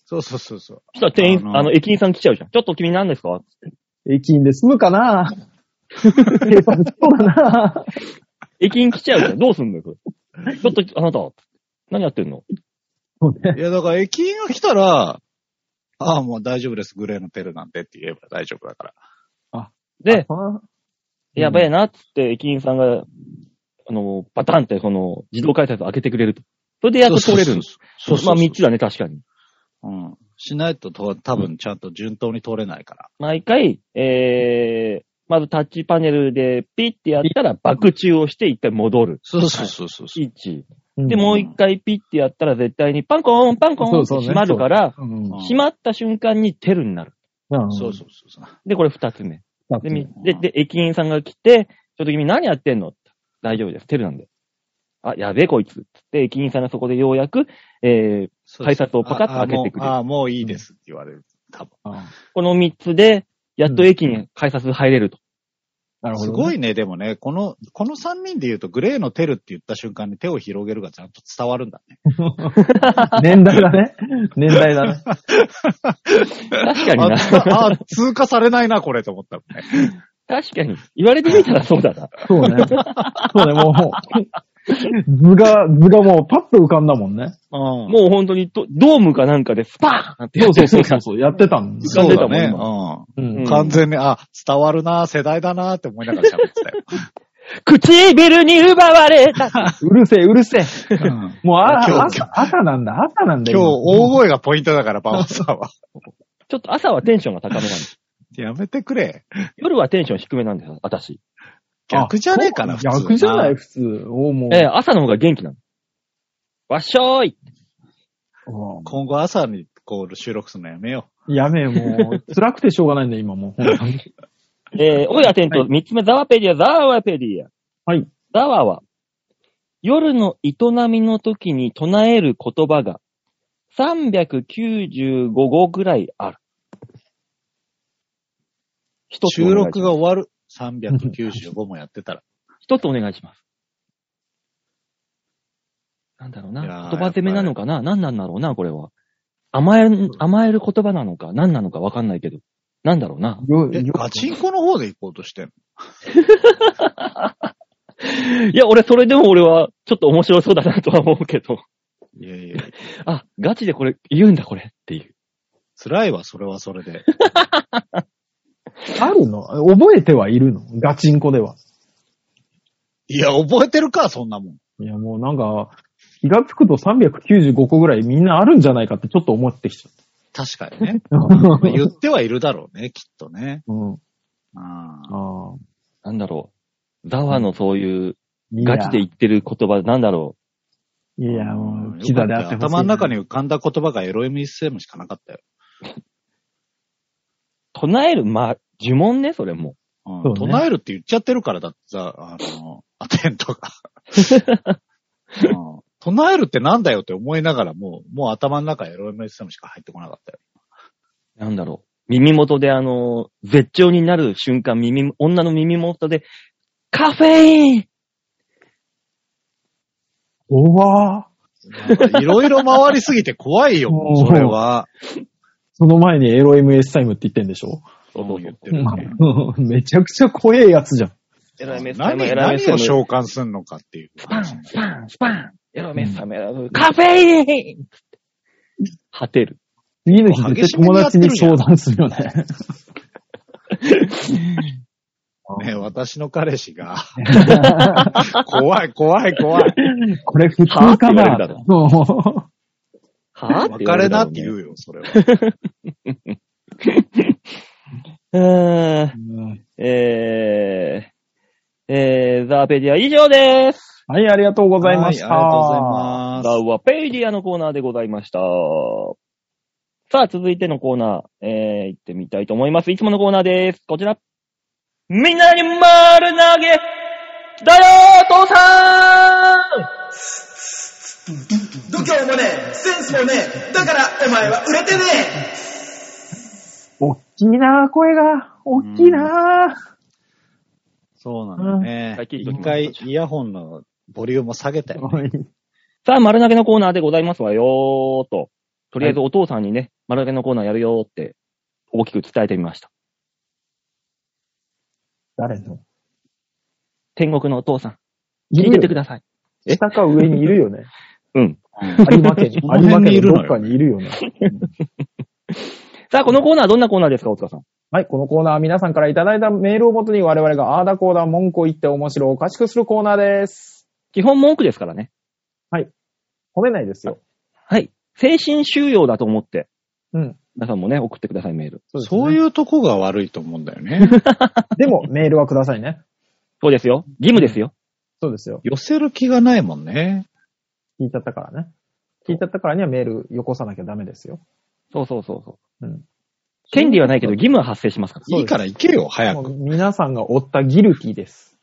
そうそうそうそう。
そしたら店
あ
員、
の
あの、駅員さん来ちゃうじゃん。ちょっと君何ですか
駅員で済むかな警察そうだな
駅員来ちゃうじゃん。どうすんのよ、それちょっと、あなた、何やってんの
そうね
いや、だから駅員が来たら、ああ、もう大丈夫です。グレーのテルなんてって言えば大丈夫だから。
で、
あ <laughs> うん
やべえなっつって駅員さんが、あの、バタンってその、自動改札開けてくれると。それでやっと通れるんです。
そうそうそう。
まあ3つだね、確かに。
うん。しないとと、多分ちゃんと順当に通れないから。
毎回、えー、まずタッチパネルでピッてやったら爆中をして一回戻る。
そうそうそうそう。
1。
うん
で、もう一回ピッてやったら絶対にパンコーン、パンコーンって
そうそうね
閉まるから、
うん
そう
閉まった瞬間にテルになる。
うん
そうそうそうそう。
で、これ二つ目。
だって
で、みで、で、駅員さんが来て、ちょっと君何やってんの大丈夫です。テルなんで。あ、やべえこいつ。で、駅員さんがそこでようやく、えー、改札をパカッと開けてくれる
ああ、もうああもういいですって言われる。多分。
あ
この三つで、やっと駅に改札入れると。
なるほ
す
どね。
ごいね、でもね、この、この3人で言うと、グレーのテルって言った瞬間に手を広げるがちゃんと伝わるんだね。
年代だね。年代だ
<laughs>
ね。
確か
あ
にな。
あ、あ通過されないな、これと思ったもんね。
確かに。言われてみたらそうだな。
そうね。そうね、もう、図が、図がもうパッと浮かんだもんね。
うん。
もう本当にド、ドームかなんかでスパーンってや
そ
っ
う
て
そ
る
うそうそうそう、やってたんだ
そう
浮か
だね。
んでた
う
うん
ん。
ん
完全に、あ、伝わるな、世代だなって思いながら喋ってたよ。
<laughs> 唇に奪われた。
うるせえ、うるせえ。 <laughs>
うん
もうあ
今日
朝、朝なんだ、朝なんだ
今日、大声がポイントだから、バオさんは。
ちょっと朝はテンションが高めなんです。
やめてくれ。
夜はテンション低めなんですよ、私。
逆じゃねえかな、
あ
普通な。
逆じゃない、普通。おうもう。
えー朝の方が元気なの。わっしょーい。
うん
今後朝にこう収録するのやめよ
やめえ、もう。辛くてしょうがないんだよ、今もう。
えー、おやテント、三つ目、ザワペディア、ザワペディア。
はい。
ザワは、夜の営みの時に唱える言葉が395語ぐらいある。一
う。
つお願い
収
します
録が終わる。395もやってたら。
一つお願いします。なんだろうな。
い
言
やー
葉攻めなのかな何なんだろうな、これは。甘える、甘える言葉なのか何なのかわかんないけど。なんだろうな。
よ
え、
よ
ガチンコの方で行こうとしてんの
<laughs> いや、俺、それでも俺は、ちょっと面白そうだなとは思うけど。
いやいや、
<laughs> あ、ガチでこれ、言うんだ、これ。っていう。
辛いわ、それはそれで。 <laughs>
あるの覚えてはいるのガチンコでは。
いや、覚えてるか、そんなもん。
いや、もうなんか、気がつくと395個ぐらいみんなあるんじゃないかってちょっと思ってきち
確かに
<laughs>
ね。
ゃっ
まあ
た。
言ってはいるだろうね、きっとね。
うん。あ
あ
あ。
あ
なんだろう。ザワのそういう、
いや
ガチで言ってる言葉、なんだろ
いや、もう、
ん
キザであってほしい。
頭の中に。浮かんだ言葉がエロ MSM しかなかったよ。
う。唱える、まあ、呪文ね、それも。
うん
そうね
唱えるって言っちゃってるからだってさ、あの、アテントが。
<laughs>
うん唱えるってなんだよって思いながらもう、もう頭の中エロ MSM しか入ってこなかったよ。
なんだろう。耳元であの、絶頂になる瞬間、耳、女の耳元で、カフェイン
おわー
なんかいろいろ回
<laughs>
りすぎて怖いよ、もうそれは。
その前にエロ MS タイムって言ってんでしょ
そうそうそう
言ってる
まあ
ね。
めちゃくちゃ怖えやつじゃん。
エロいメッサ
何
イもエ
何
ロいメッサイ
を
も。
召喚すんのかっていう。
スパン、スパン、スパン。エロメッサメラブ、カフェイン
果てる。
次の日絶対友達に相談するよね。
ね、私の彼氏が、怖い怖い怖い。
これ普通
はあって
か
言われる
な
だろ
そう
はぁ
別れなって言
う。
うよ、それは。
うーん。えー、えー、ザーペディア以上です。
はい、ありがとうございました。
はありがとうござい
ザ
ます。
ーはペイディアのコーナーでございました。さあ、続いてのコーナー、えー、行ってみたいと思います。いつものコーナーです。こちら。みんなに丸投げだよー、父さん
度胸もねえセンスもねえだからお前は売れてね
おっきいなあ声が。おっきいなあ
そうなんだね
うん。
一回イヤホンのボリュームを下げたよ。
はい
さあ、丸投げのコーナーでございますわよーと。とりあえずお父さんにね、丸投げのコーナーやるよーって大きく伝えてみました。
誰の
天国のお父さん、
い
聞いて
る
てく
よ。
ださい。
下か上にいるよ
<laughs>
ね。
うん。
有馬家に。有
この辺
馬
にい
家
る
の
の
ど
よ
っかにいるよね。
さあ、このコーナーはどんなコーナーですか、大塚さん。
はい、このコーナーは皆さんからいただいたメールをもとに我々があーだこーだ文句を言って面白おかしくするコーナーです。
基本文句ですからね。
褒めないですよ。
はい。精神収容だと思って、
うん。
皆さんもね、送ってください、メール。
そう
う。
いうとこが悪いと思うんだよね。
でも、メールはくださいね。
そうですよ。義務ですよ。
そうですよ。
寄せる気がないもんね。
聞いちゃったからね。聞いちゃったからにはメールよこさなきゃダメですよ。
そうそうそうそう。
うん
権利はないけど、義務は発生しますから。
いいから行けよ、早
も
く。
う皆さんが負ったギルティです。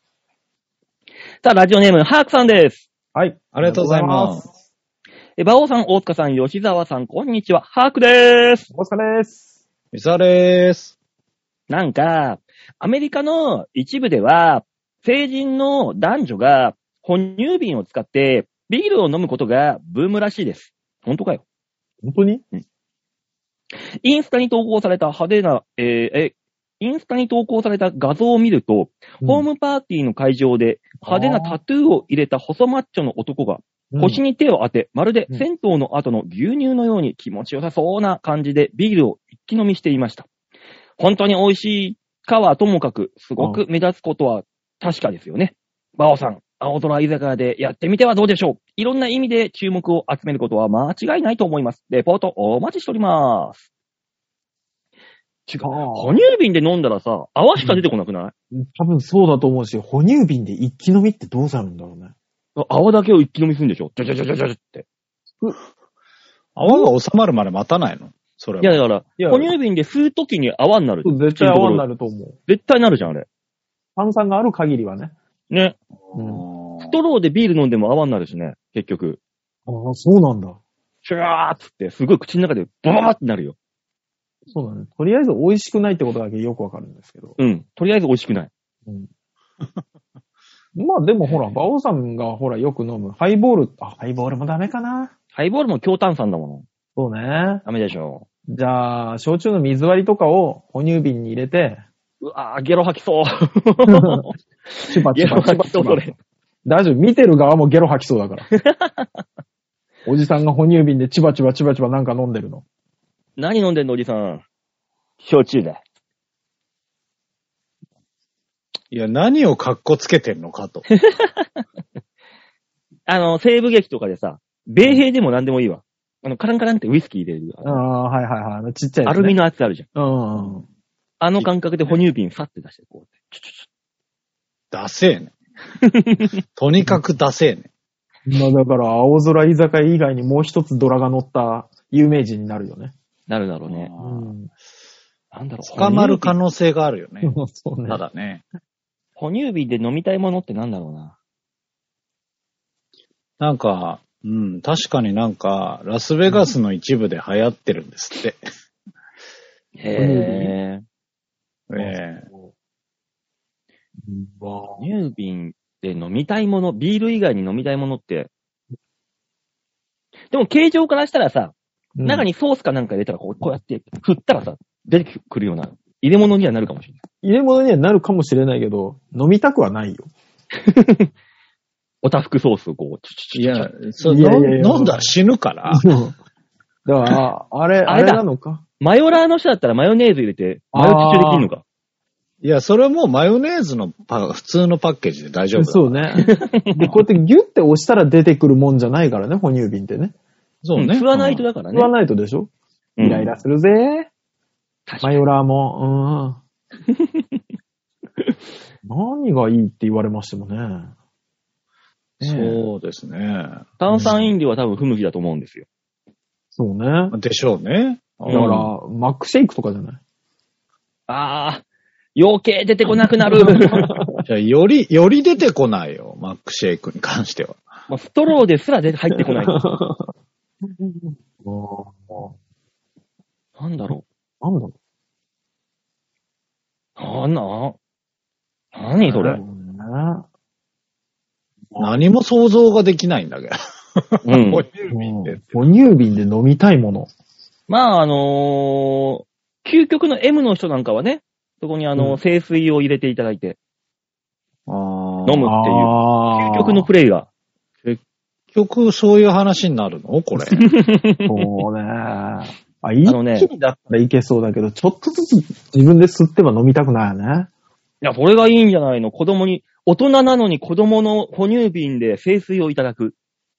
さあ、ラジオネーム、ハークさんです。
はい。
ありがとうございます。
え、馬王さん、大塚さん、吉沢さん、こんにちは。ハークでーす。
お疲れです。
ミサでーす。
なんか、アメリカの一部では、成人の男女が哺乳瓶を使ってビールを飲むことがブームらしいです。本当かよ。
本当に
インスタに投稿された派手な、えーえ、インスタに投稿された画像を見ると、ホームパーティーの会場で派手なタトゥーを入れた細マッチョの男が腰に手を当て、まるで銭湯の後の牛乳のように気持ちよさそうな感じでビールを一気飲みしていました。本当に美味しいかはともかく、すごく目立つことは確かですよね。バオさん、青空居酒屋でやってみてはどうでしょういろんな意味で注目を集めることは間違いないと思います。レポートお待ちしております。違う。哺乳瓶で飲んだらさ、泡しか出てこなくない、
多分そうだと思うし、哺乳瓶で一気飲みってどうなるんだろうね。
泡だけを一気飲みするんでしょじゃじゃじゃじゃじゃって。
泡が収まるまで待たないのそれ
いや、
は。
だから
い、や
哺乳瓶で吸うときに泡になる。
絶対泡になると思う。
絶対なるじゃん、あれ。
炭酸がある限りはね。
ね。
うん
ストローでビール飲んでも泡になるしね、結局。
ああ、そうなんだ。
シュワーっつって、すごい口の中でバババってなるよ。
そうだね。とりあえず美味しくないってことだけよくわかるんですけど。
うん。とりあえず美味しくない。
まあでもほら、馬王さんがほらよく飲むハイボール、あ、ハイボールもダメかな。
ハイボールも強炭酸だもの。
そうね。
ダメでしょ。
じゃあ、焼酎の水割りとかを哺乳瓶に入れ <laughs> て、
うわー、ゲロ吐き <laughs> そう。
チュパ
ゲ
チュ
ロ
パ
吐
チュパ
き
チ
そう、
ュ
そ
パ
れ。
大丈夫、見てる側もゲロ吐きそうだから。 <laughs> おじさんが哺乳瓶でチバチバチバチバなんか飲んでるの。
<laughs> 何飲んでんの、おじさん。焼酎だ。
いや、何を格好つけてんのかと。
あの、西部劇とかでさ、米兵でも何でもいいわ。あの、カランカランってウイスキー入れる。
ああ、はいはいはいあの。ちっちゃい、ね。
アルミ。のやつあるじゃん。
うんうん。
あの感覚で哺乳瓶さって出して、こう。
ダセえね。とにかくダセえね。
まあだから、青空居酒屋以外にもう一つドラが乗った有名人になるよね。
なるだろうね。
うん。
なんだろう。
捕まる可能性があるよね。
そうね
た。だね。
哺乳瓶で飲みたいものってなんだろうな。
なんか、うん、確かになんか、ラスベガスの一部で流行ってるんですって。
へぇー。
ええ
うわ
哺乳瓶で飲みたいもの、ビール以外に飲みたいものって。でも形状からしたらさ、中
に、
にソースかなんか入れたらこうこうやって振ったらさ、出てくるような入れ物にはなるかもしれない。
入れ物にはなるかもしれないけど、飲みたくはないよ。 <laughs>
おたふくソースをこう、チュチュチュ
いや、そ
いやいやいや
飲ん飲んだら死ぬから。
だから、あれ、あ
あれ
れ
だ
なのか
マヨラーの人だったらマヨネーズ入れて、マヨチュチュできるのか。
いや、それもマヨネーズのパ普通のパッケージで大丈夫だ。
そうね。で、こうやってギュって押したら出てくるもんじゃないからね、哺乳瓶ってね。
そう
うん
ね。
吸わないとだからね
吸。わないとでしょ
うん
イライラするぜ。
確か
マ
に
ヨラーも。うん。何がいいって言われましてもね。
うんそうですね。
炭酸飲料は多分不向きだと思うんですよ。
そうね。
でしょうね。
だから、
うん
マックシェイクとかじゃない
あー、余計出てこなくなる。
じゃあより、より出てこないよ。マックシェイクに関しては。
まあストローですら出て入ってこ
<laughs>
ない。なんだろ
なんだろ
う。なんな何
う。
それ。
う
何も想像ができないんだけど。 <laughs>
うん
哺。乳瓶って
ん哺乳瓶で飲みたいもの。
まあ、あのー究極の M の人なんかはね、そこにあの、
うん
清水を入れていただいて、飲むっていう、
あ
究極のプレイが。
結局そういう話になるのこれ。
そうね。あ、一
のね
気にだったらいけそうだけど、ちょっとずつ自分で吸っては飲みたくないよね。
いや、それがいいんじゃないの子供に、大人なのに子供の哺乳瓶で清水をいただく。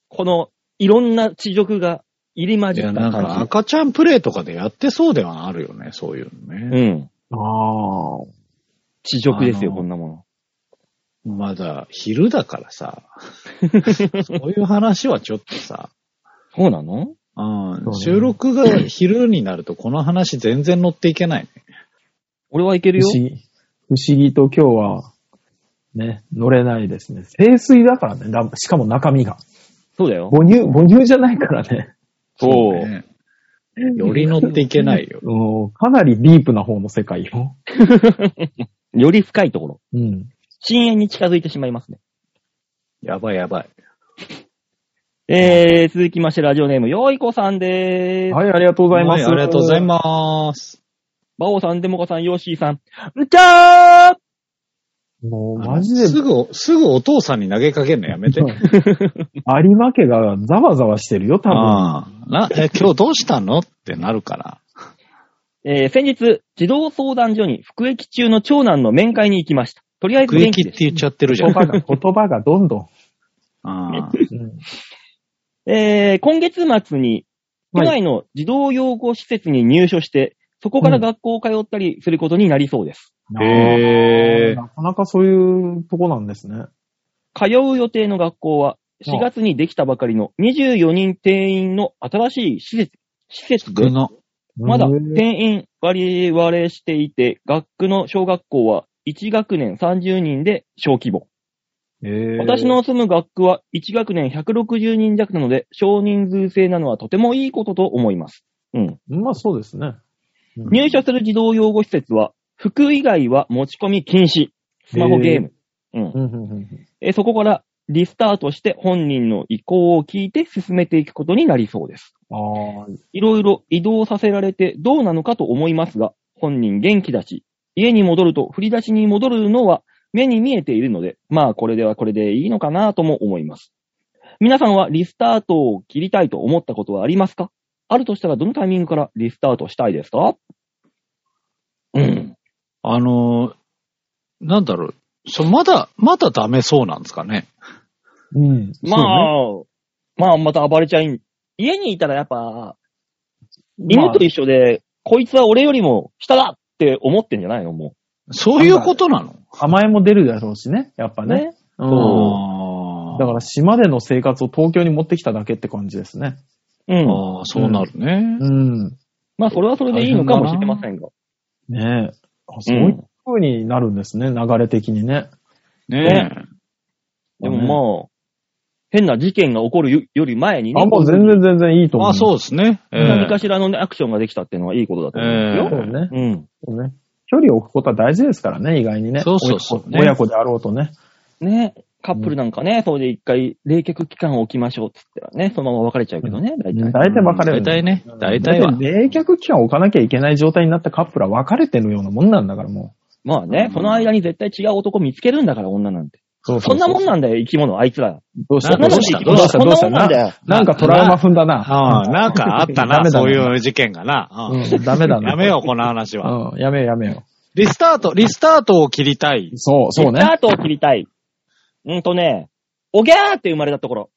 この、いろんな地獄が入り混
い
じっ
や、
た
なんか
感
赤ちゃんプレイとかでやってそうではあるよね。そういうの
じ。
ね。
うん。
ああ。
地獄ですよ、
あのー
こんなもの。
まだ昼だからさ。そういう話はちょっとさ。
そうなの
うん
そうね
収録が昼になるとこの話全然乗っていけないね。
俺はいけるよ
不。思議。不思議と今日は、ね、乗れないですね。清水だからね。だしかも中身が。
そうだよ。
母乳、母乳じゃないからね。
そう
ね。より乗っていけな
<laughs>
いよ。
うんかなりディープな方の世界よ。
より深いところ。
うん。
深淵に近づいてしまいますね。
やばいやばい。
えー、続きまして、ラジオネーム、よいこさんでーす。
はい、ありがとうございます。
はいありがとうございます。
バオさん、デモカさん、ヨッシーさん。んちゃー
す。もう、マジです
ぐ、すぐお父さんに投げかけるのやめ
<laughs>
て。
有馬家がざわざわしてるよ、多分。
ああな、え、今日どうしたのってなるから。
えー、先日、児童相談所に服役中の長男の面会に行きました。とりあえず
区
元気
域っ
で
て
す。
言っちゃってるじゃ
言
ん。
葉が、 <laughs> 言葉がどんどん。
ああ
うん
えー、今月末に、都内の児童養護施設に入所して、そこから学校を通ったりすることになりそうです。
へー
なかなかそういうとこなんですね。
通う予定の学校は、4月にできたばかりの24人定員の新しい施設、施設で
具の。
まだ
へー
定員割り割れしていて、学区の小学校は1学年30人で小規模。
へー
私の住む学区は1学年160人弱なので、少人数制なのはとてもいいことと思います。うん。
まあそうですね。
入所する児童養護施設は、服以外は持ち込み禁止。スマホゲーム。うん
うんうんうんうん
え。そこからリスタートして本人の意向を聞いて進めていくことになりそうです。
ああ、
いろいろ移動させられてどうなのかと思いますが、本人元気だし、家に戻ると振り出しに戻るのは目に見えているので、まあこれではこれでいいのかなとも思います。皆さんはリスタートを切りたいと思ったことはありますかあるとしたらどのタイミングからリスタートしたいですかうん。
あのー、なんだろう。そまだ、まだダメそうなんですかね。
うん。
まあ、まあまた暴れちゃい、家にいたらやっぱ、犬と一緒で、こいつは俺よりも下だって思ってんじゃないのも
そういうことなの
甘えも出るだろうしね、やっぱ
う。
ね。
ね
うん。
あ
だから島での生活を東京に持ってきただけって感じですね。
うん。
ああ、そうなるね。
うん。
まあ、それはそれでいいのかもしれませんが。
ねえ。あそういう風になるんですね、流れ的にね。
ねえ。
でもまあ、変な事件が起こるよより前にね、
あ、もう全然全然いいと思う。
あそう
う。
ですね。ええ
何かしらのねアクションができたっていうのはいいことだと思うんです
そ
よ。
うね。
うん。
そうね。距離を置くことは大事ですからね、意外にね。
そうそうそう
親子親子であろうとね。
ね。カップルなんかね、それで一回冷却期間を置きましょうっつったらね、そのまま別れちゃうけどね、大体。
大体別れるの。
大体ね、大体
だ
は
っ。て冷却期間を置かなきゃいけない状態になったカップルは別れてるようなもんなんだからも
まあね、その間に絶対違う男見つけるんだから、女なんて。
う。そう
そんなもん
ん
なんだよ、生き物、あいつら。
どうした
そんなもん
した
ど
ど
う
う
し
したた
そん
どう
なも
した
んなんだよ。
なんかトラウマ踏んだな。
ああ、なんかあっ
<laughs> ダメだ
たな、
な
そういう事件がな。う
う
ん
んダメだな。
やめよう、この話は。
うん、やめようやめよ
リスタート、リスタートを切りたい。
う。そう、そうね
ス。タートを切りたい。うんとね、おぎゃーって生まれたところ。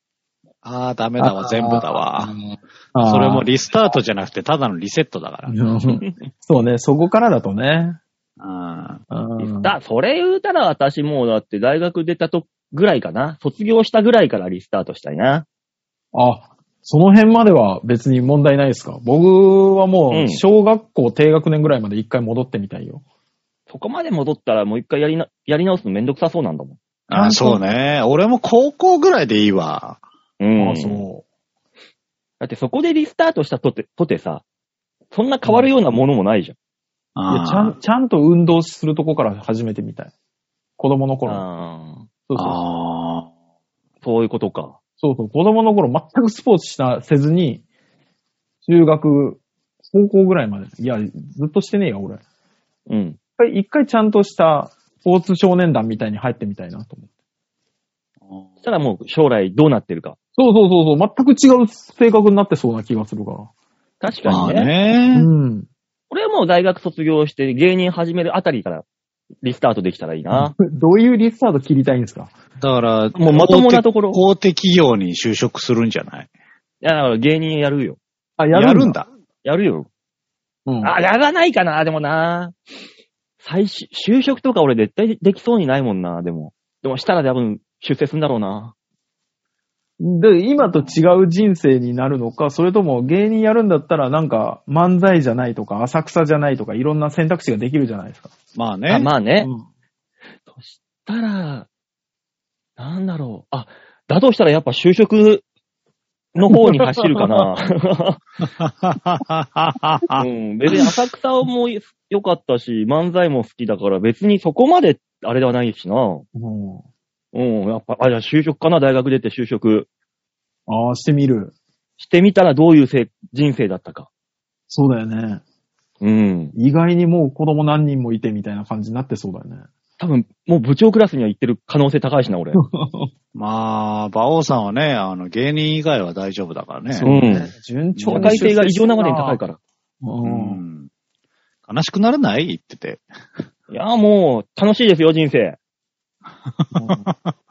ああ、ダメだわ、全部だわ。
あー
それもリスタートじゃなくて、ただのリセットだから。
うんそうね、そこからだとね。
あ
うん
だ、それ言うたら私もうだって大学出たとぐらいかな。卒業したぐらいからリスタートしたいな。
あ、その辺までは別に問題ないですか僕は
う
も
ん
う、小学校低学年ぐらいまで一回戻ってみたいよ。
そこまで戻ったらもう一回やりな、やり直すのめんどくさそうなんだもん。
あー、そうね。俺も高校ぐらいでいいわ。
うん。
あそ
だってそこでリスタートしたとて、とてさ、そんな変わるようなものもないじ
う。いやちゃ
あ
ん、ちゃんと運動するとこから始めてみたい。子供の
ゃん。
頃。
あ
そうそう
あ
ーそういうことか。
そうそう。子供の頃全くスポーツした、せずに、中学、高校ぐらいまで。いや、ずっとしてねえよ、俺。一
うん。
回、一回ちゃんとした、スポーツ少年団みたいに入ってみたいなと思って。
ー
そしたらもう将来どうなってるか。
そうそうそうそう。全く違う性格になってそうな気がするか
確か
まあ
にね。
ら。う
ね。
ん。
俺はもう大学卒業して芸人始めるあたりからリスタートできたらいいな。
どういうリスタート切りたいんですか
だから、
もうまともなところ
公的企業に就職するんじゃない
いや、だから芸人やるよ。
あ、
や
や
る
る
ん
んだ。
だ。
やるよ。
うん
あ、やらないかな、でもな。最終、就職とか俺絶対できそうにないもんな、でも。でもしたら多分出世するんだろうな。
で、今と違う人生になるのか、それとも芸人やるんだったらなんか漫才じゃないとか浅草じゃないとかいろんな選択肢ができるじゃないですか。
まあね。
あまあね。
うん
そしたら、なんだろう。あ、だとしたらやっぱ就職の方に走るか
<laughs>
な。うん、別に浅草も良かったし、漫才も好きだから別にそこまであれではないしな。
うん
うん、やっぱ、あ、じゃあ就職かな、大学出て就職
ああ、してみる。
してみたらどういうせ人生だったか。
そうだよね。
うん。
意外にもう子供何人もいてみたいな感じになってそうだよね。
多分、もう部長クラスには行ってる可能性高いしな、俺。
<laughs> まあ、馬王さんはね、あの、芸人以外は大丈夫だからね。
う
ね
ん。
順
社
調に
会性が異常なまでに高い
ら。
から。
う。
うんん悲しくならない言ってて。
いや、もう、楽しいですよ、人生。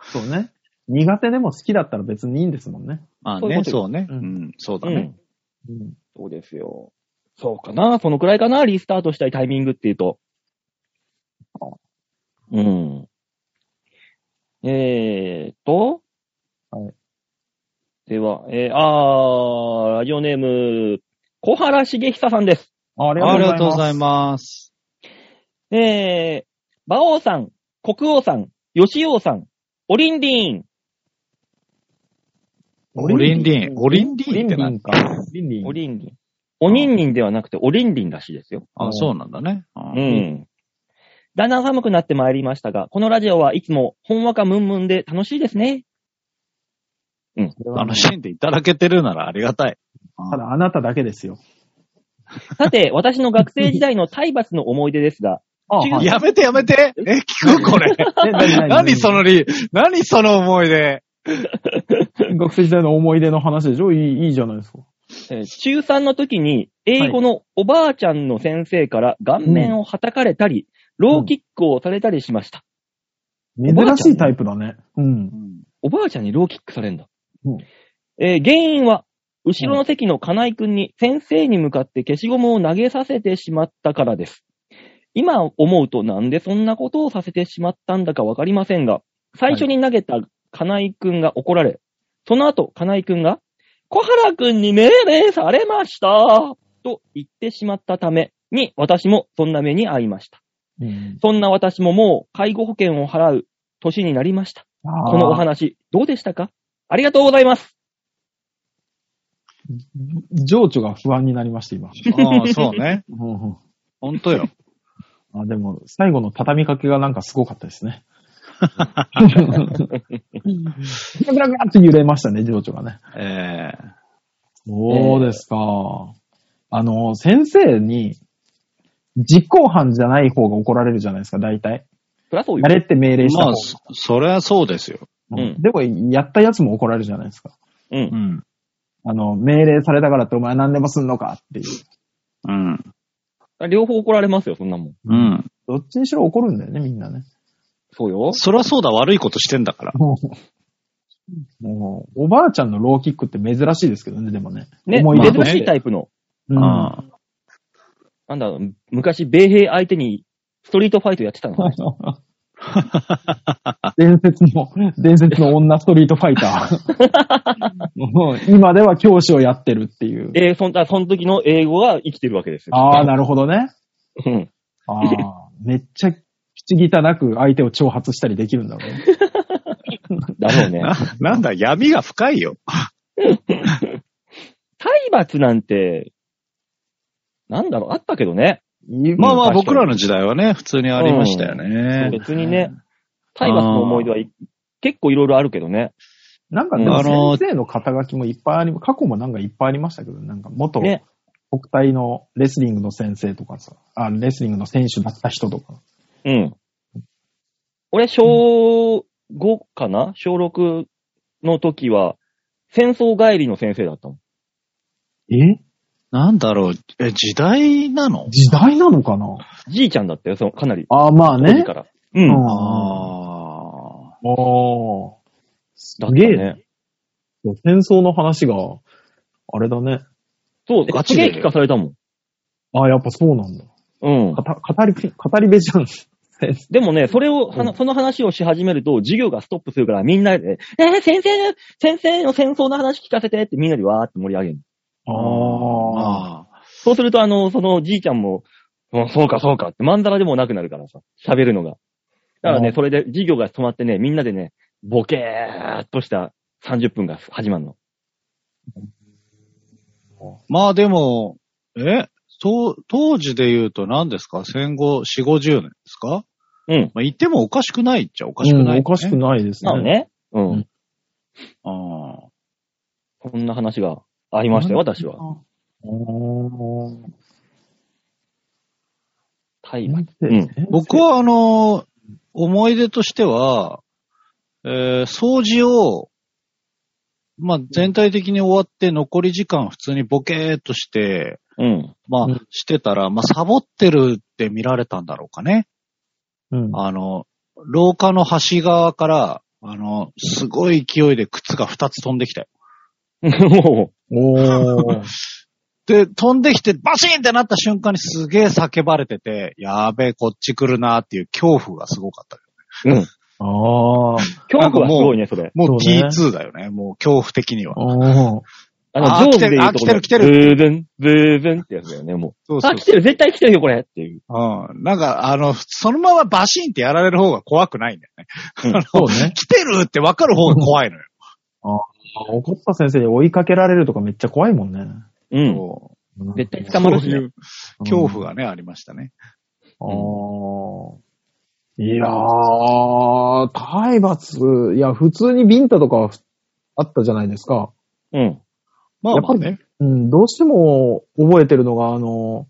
そうね。苦手でも好きだったら別にいいんですもんね。
まあ
そういう
ね、
ことよ
そうね。う
うん
ん、そうだ
う
ね
ん。。
うん
そうですよ。そうかな、そのくらいかな、リスタートしたいタイミングっていうと。うん。えーっと。
はい。
では、えー、あー、ラジオネーム、小原茂久さんです。
ああり
ありが
が
と
とう
うご
ご
ざ
ざ
い
います。
ます。
えー、馬王さん、国王さん、吉王さん、オリンリン。
オリンリン。オリンリンって
オ
な
リンリンか。オリンリン
オリンリン。おにんにんではなくて、おりんりんらしいですよ。
あ、そうなんだね。う
う。ん。だんだん寒くなってまいりましたが、このラジオはいつも、ほんわかムンムンで楽しいですね。
楽しんでいただけてるならありがたい。
ただあなただけですよ。
さて、私の学生時代の体罰の思い出ですが、
あ
はい
やめてやめてえ、聞くこれ。 <laughs> 何その理、何その思い出。
学生時代の思い出の話でしょいい、いいじゃないですか。
えー中3の時に、英語のおばあちゃんの先生から顔面を叩かれたり、ローキックをされたりしました。
珍しいタイプだね。うん。
おばあちゃんにローキックされんだ。
うん
えー原因は、後ろの席の金井くんに先生に向かって消しゴムを投げさせてしまったからです。今思うとなんでそんなことをさせてしまったんだかわかりませんが、最初に投げた金井くんが怒られ、その後金井くんが、小原くんに命令されましたと言ってしまったために、私もそんな目に遭いました。
うん
そんな私ももう介護保険を払う年になりました。このお
あー
話、どうでしたかありがとうございます。
情緒が不安になりました、今。
ああ、そう <laughs> ね。
うん
ほんとよ。
あでも、最後の畳みかけがなんかすごかったですね。 <laughs> グラグラグラって揺れましたね、情緒がね。
え
そうですか。あの、先生に、実行犯じゃない方が怒られるじゃないですか、大体。
そりゃそう
やれ
よ。
って命
え
令した方
まあ、そそれはそうですよ。
まあうん
でも、やったやつも怒られるじゃないですか。
う。
うんん。
あの、命令されたからってお前何でもすんのかっていう。
うん。
両方怒られますよ、そんなもん。
うん。
どっちにしろ怒るんだよね、みんなね。
そうよ。
そりゃそうだ、悪いことしてんだから。
もう、もうおばあちゃんのローキックって珍しいですけどね、でもね。
ね、
思い
出
出
と
と
ね
珍しいタイプの。
うん
あ
なんだ、昔、米兵相手にストリートファイトやってたの。
伝説の、伝説の女ストリートファイタ
<laughs>
ー。もう今では教師をやってるっていう。
えー、そんだ、その時の英語が生きてるわけですよ。
ああ、なるほどね。
うん。
ああ、めっちゃ口汚く相手を挑発したりできるんだろうね。
だろう
<laughs>
ね。
ななんだ、闇が深いよ。
体罰なんて、なんだろう、あったけどね。
まあまあ、
確かに
僕らの時代はね、普通にありましたよね。
別にね、体罰の思い出はい結構いろいろあるけどね。
なんかで
あの
も先生の肩書きもいっぱいあり、過去もなんかいっぱいありましたけど、なんか元
ね。
国体のレスリングの先生とかさ、あレスリングの選手だった人とか。
うん。俺、小5かな小6の時は、戦争帰りの先生だったもん。
え
なんだろう、え、時代なの
時代なのかな
じいちゃんだったよ、その、かなり。
ああ、まあ
当時
ね
か。ら。うん。
うん
ああ。
ああ。す
だった
げえ。
ね。
戦争の話が、あれだね。
そう、
ガ
ガ
チ
チ
で
で聞かされたもん。
ああ、やっぱそうなんだ。
うん
か。た語り部、語り部じゃん。
でもね、それを、
うん
はその話をし始めると、授業がストップするから、みんなで、えー、先生、先生の戦争の話聞かせてってみんなでわーって盛り上げる。
ああ。
ああ。
そうすると、あの、そのじいちゃんも、うんそうかそうかって、まんざらでもなくなるからさ、喋るのが。だから
う
ね、
ん
それで授業が止まってね、みんなでね、ボケーっとした30分が始まるの。
まあでも、え、と当時で言うと何ですか戦後4、50年ですか
うん。
まあ、言ってもおかしくないっちゃお
お
かしくない、
おかしく
い。
ないですね。
なのね。うん。
うん
あ
こんな話がありましたよ、私は。
あー
体罰。
うん
僕、は、あの、思い出としては、えー掃除を、まあ、全体的に終わって残り時間普通にボケーっとして、
うん。
まあ
うん、
してたら、まあ、サボってるって見られたんだろうかね。
うん、
あの、廊下の端側から、あの、すごい勢いで靴が2つ飛んできたよ。
も
おー。
で、飛んできて、バシーンってなった瞬間にすげえ叫ばれてて、やーべえ、こっち来るなーっていう恐怖がすごかった。
う、うん。
ああ。
恐怖はすごいね、それ。
もう
そうね
T2 だよね。もう恐怖的には。
おー
あの、
あー
上手で言うとこの
来てる
ブ
来
ーブン、ブーブンってやつだよね、も
そう
う。
そう
あ、来てる、絶対来てるよ、これっていう。
うん。なんか、あの、そのままバシーンってやられる方が怖くないんだよね。
そう
<laughs>
ね。
来てるってわかる方が怖いのよ。
怒った先生に追いかけられるとかめっちゃ怖いもんね。
うん。
そ
うん
絶対
う
捕まるし
そうい
ね。
う恐怖がね、ありましたね。
あーいやー、体罰、いや、普通にビンタとかはふあったじゃないですか。
うん。
まあまあ
やっ
ね。
うん、どうしても覚えてるのが、あの、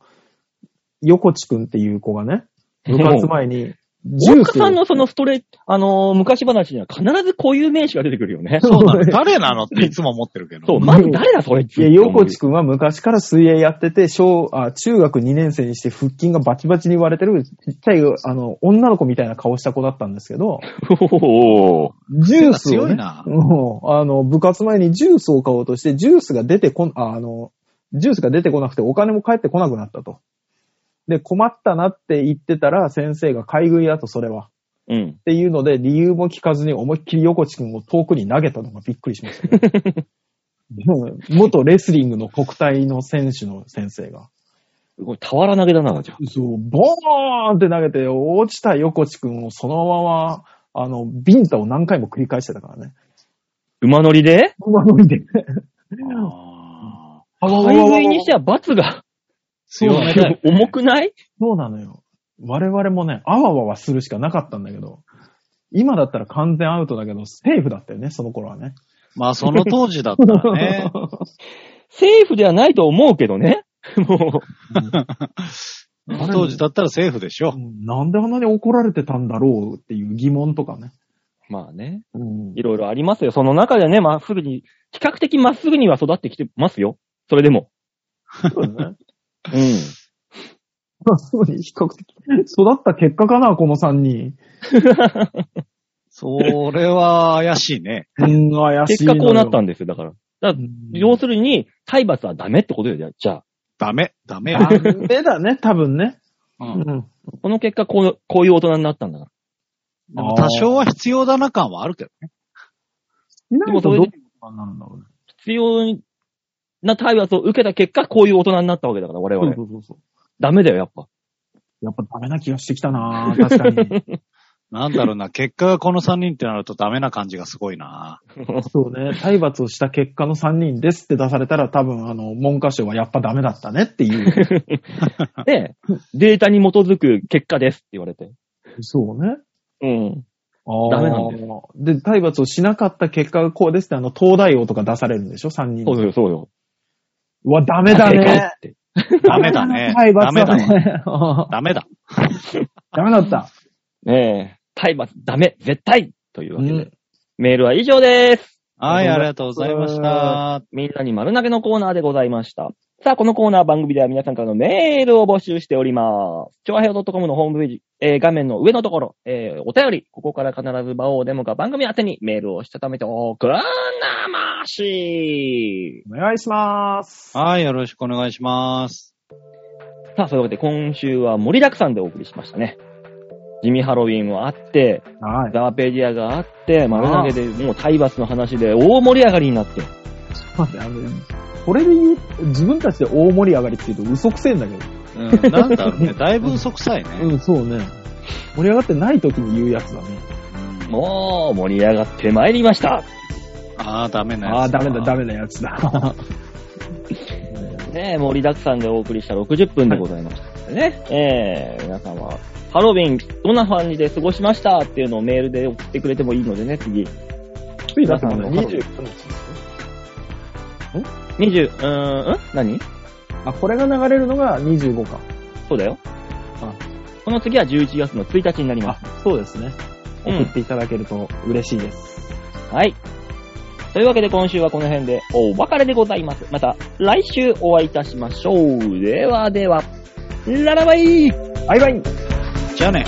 横地くんっていう子がね、部活前に、ジュ
大
ー
塚
ス
さん
を、
のそのストレッ、あのー昔話には必ずこういう名詞が出てくるよね。
<laughs> そうなの。誰なのっていつも思ってるけど。
そう、まず誰だそれって
い
い
や、
う。
横地くんは昔から水泳やってて、小、あ、中学2年生にして腹筋がバチバチに割れてる、ちっちゃい、あの、女の子みたいな顔した子だったんですけど、
おー
ジュースを、
強い
ね、
な
もう、あの、部活前にジュースを買おうとして、ジュースが出てこん、ああの、ジュースが出てこなくてお金も返ってこなくなったと。で、困ったなって言ってたら、先生が買い食いだと、それは。
<laughs> うん。
っていうので、理由も聞かずに思いっきり横地君を遠くに投げたのがびっくりしましたね、
<laughs>
うん元レスリングの国体の選手の先生が。
すごい、俵投げだな、じゃあ。
そう、ボーンって投げて、落ちた横地君をそのまま、あの、ビンタを何回も繰り返してたからね。
馬乗りで
馬乗りで。
あー
海外にしては罰が、
強めだよね
重くない
そうなのよ。我々もね、あわわわするしかなかったんだけど、今だったら完全アウトだけど、セーフだったよね、その頃はね。
まあ、その当時だったら
<laughs>
ね。
セーフではないと思うけどね。 <laughs> も
その当時だったらセーフでしょ
<laughs> う。んなんであんなに怒られてたんだろうっていう疑問とかね。
う。まあね。
うん
いろいろありますよ。その中でね、まっすぐに、比較的まっすぐには育ってきてますよ。それでも。
そうだね。
うん。
まあ、そうに比較的。育った結果かな、この3人。
それは怪しいね。
うん、怪
結
しい
果
の
こ
よ。
うなったんですよ。だから。
うん
要するに、体罰はダメってことよ。じゃあじゃあ、
ダメ、ダメよ。
ダメだね、多分ね。
うん
うん
この結果、こう、こういう大人になったんだから。
でも多少は必要だな感はあるけどね。
で
もそれ
ど
で
うなんだろうね。
必要な体罰を受けた結果、こういう大人になったわけだから、我
そう
々。
そうそうそう。
ダメだよ、やっぱ。
やっぱダメな気がしてきたなぁ確かに。
なんだろうな、結果がこの3人ってなるとダメな感じがすごいな。
そうね。体罰をした結果の3人ですって出されたら多分、あの、文科省はやっぱダメだったねっていう。
で、データに基づく結果ですって言われて。
<laughs> そうね。
うん。
あー
ダメなんだ
で、体罰をしなかった結果がこうですって、あの、東大王とか出されるんでしょ ?3 人。
そうよ、そうよ。
うわ、ダメだ
正解
ね <laughs>
っ。て。
ダメだね。
体
ダ
罰
メ
だ
だね。
ね。
ダ <laughs> メだ。
<laughs> ダメだった。
ねえ。体罰ダメ、絶対というわけで。
うん
メールは以上です。
はい、ありがとうございました。
みんなに丸投げのコーナーでございました。さあ、このコーナー番組では皆さんからのメールを募集しております。超平洋 .com のホームページ、えー画面の上のところ、えーお便り、ここから必ず場をデモか番組宛てにメールをしたためておくんなまし
お願いします。
はい、よろしくお願いします。
さあ、そういうわけで今週は盛りだくさんでお送りしましたね。地味ハロウィンもあって、
はい。
ザワペディアがあって、丸投げでもう体罰の話で大盛り上がりになって。
待って、あの、これで言う、自分たちで大盛り上がりって言うと嘘くせえんだけど。
うん、なんだろうね、だいぶ嘘くさいね。
うん、そうね。盛り上がってない時に言うやつだね。
うん
もう盛り上がってまいりました。
ああ、ダメなやつ。
ああ、ダメだ、ダ
メ。
メなやつ <laughs> だ。
ねえ、盛りだくさんでお送りした60分でございましたのでね。えー、皆さんは、ハロウィン、どんな感じで過ごしましたっていうのをメールで送ってくれてもいいのでね、次。
ついだってまだ
皆さんの
20
20、うーん、ん何
あ、これが流れるのが25か。
そうだよ
あ。
この次は11月の1日になります。
そうですね。
うん
送っていただけると嬉しいです。
はい。というわけで今週はこの辺でお別れでございます。また来週お会いいたしましょう。ではでは、ララバイ
バイバイ
じゃあね。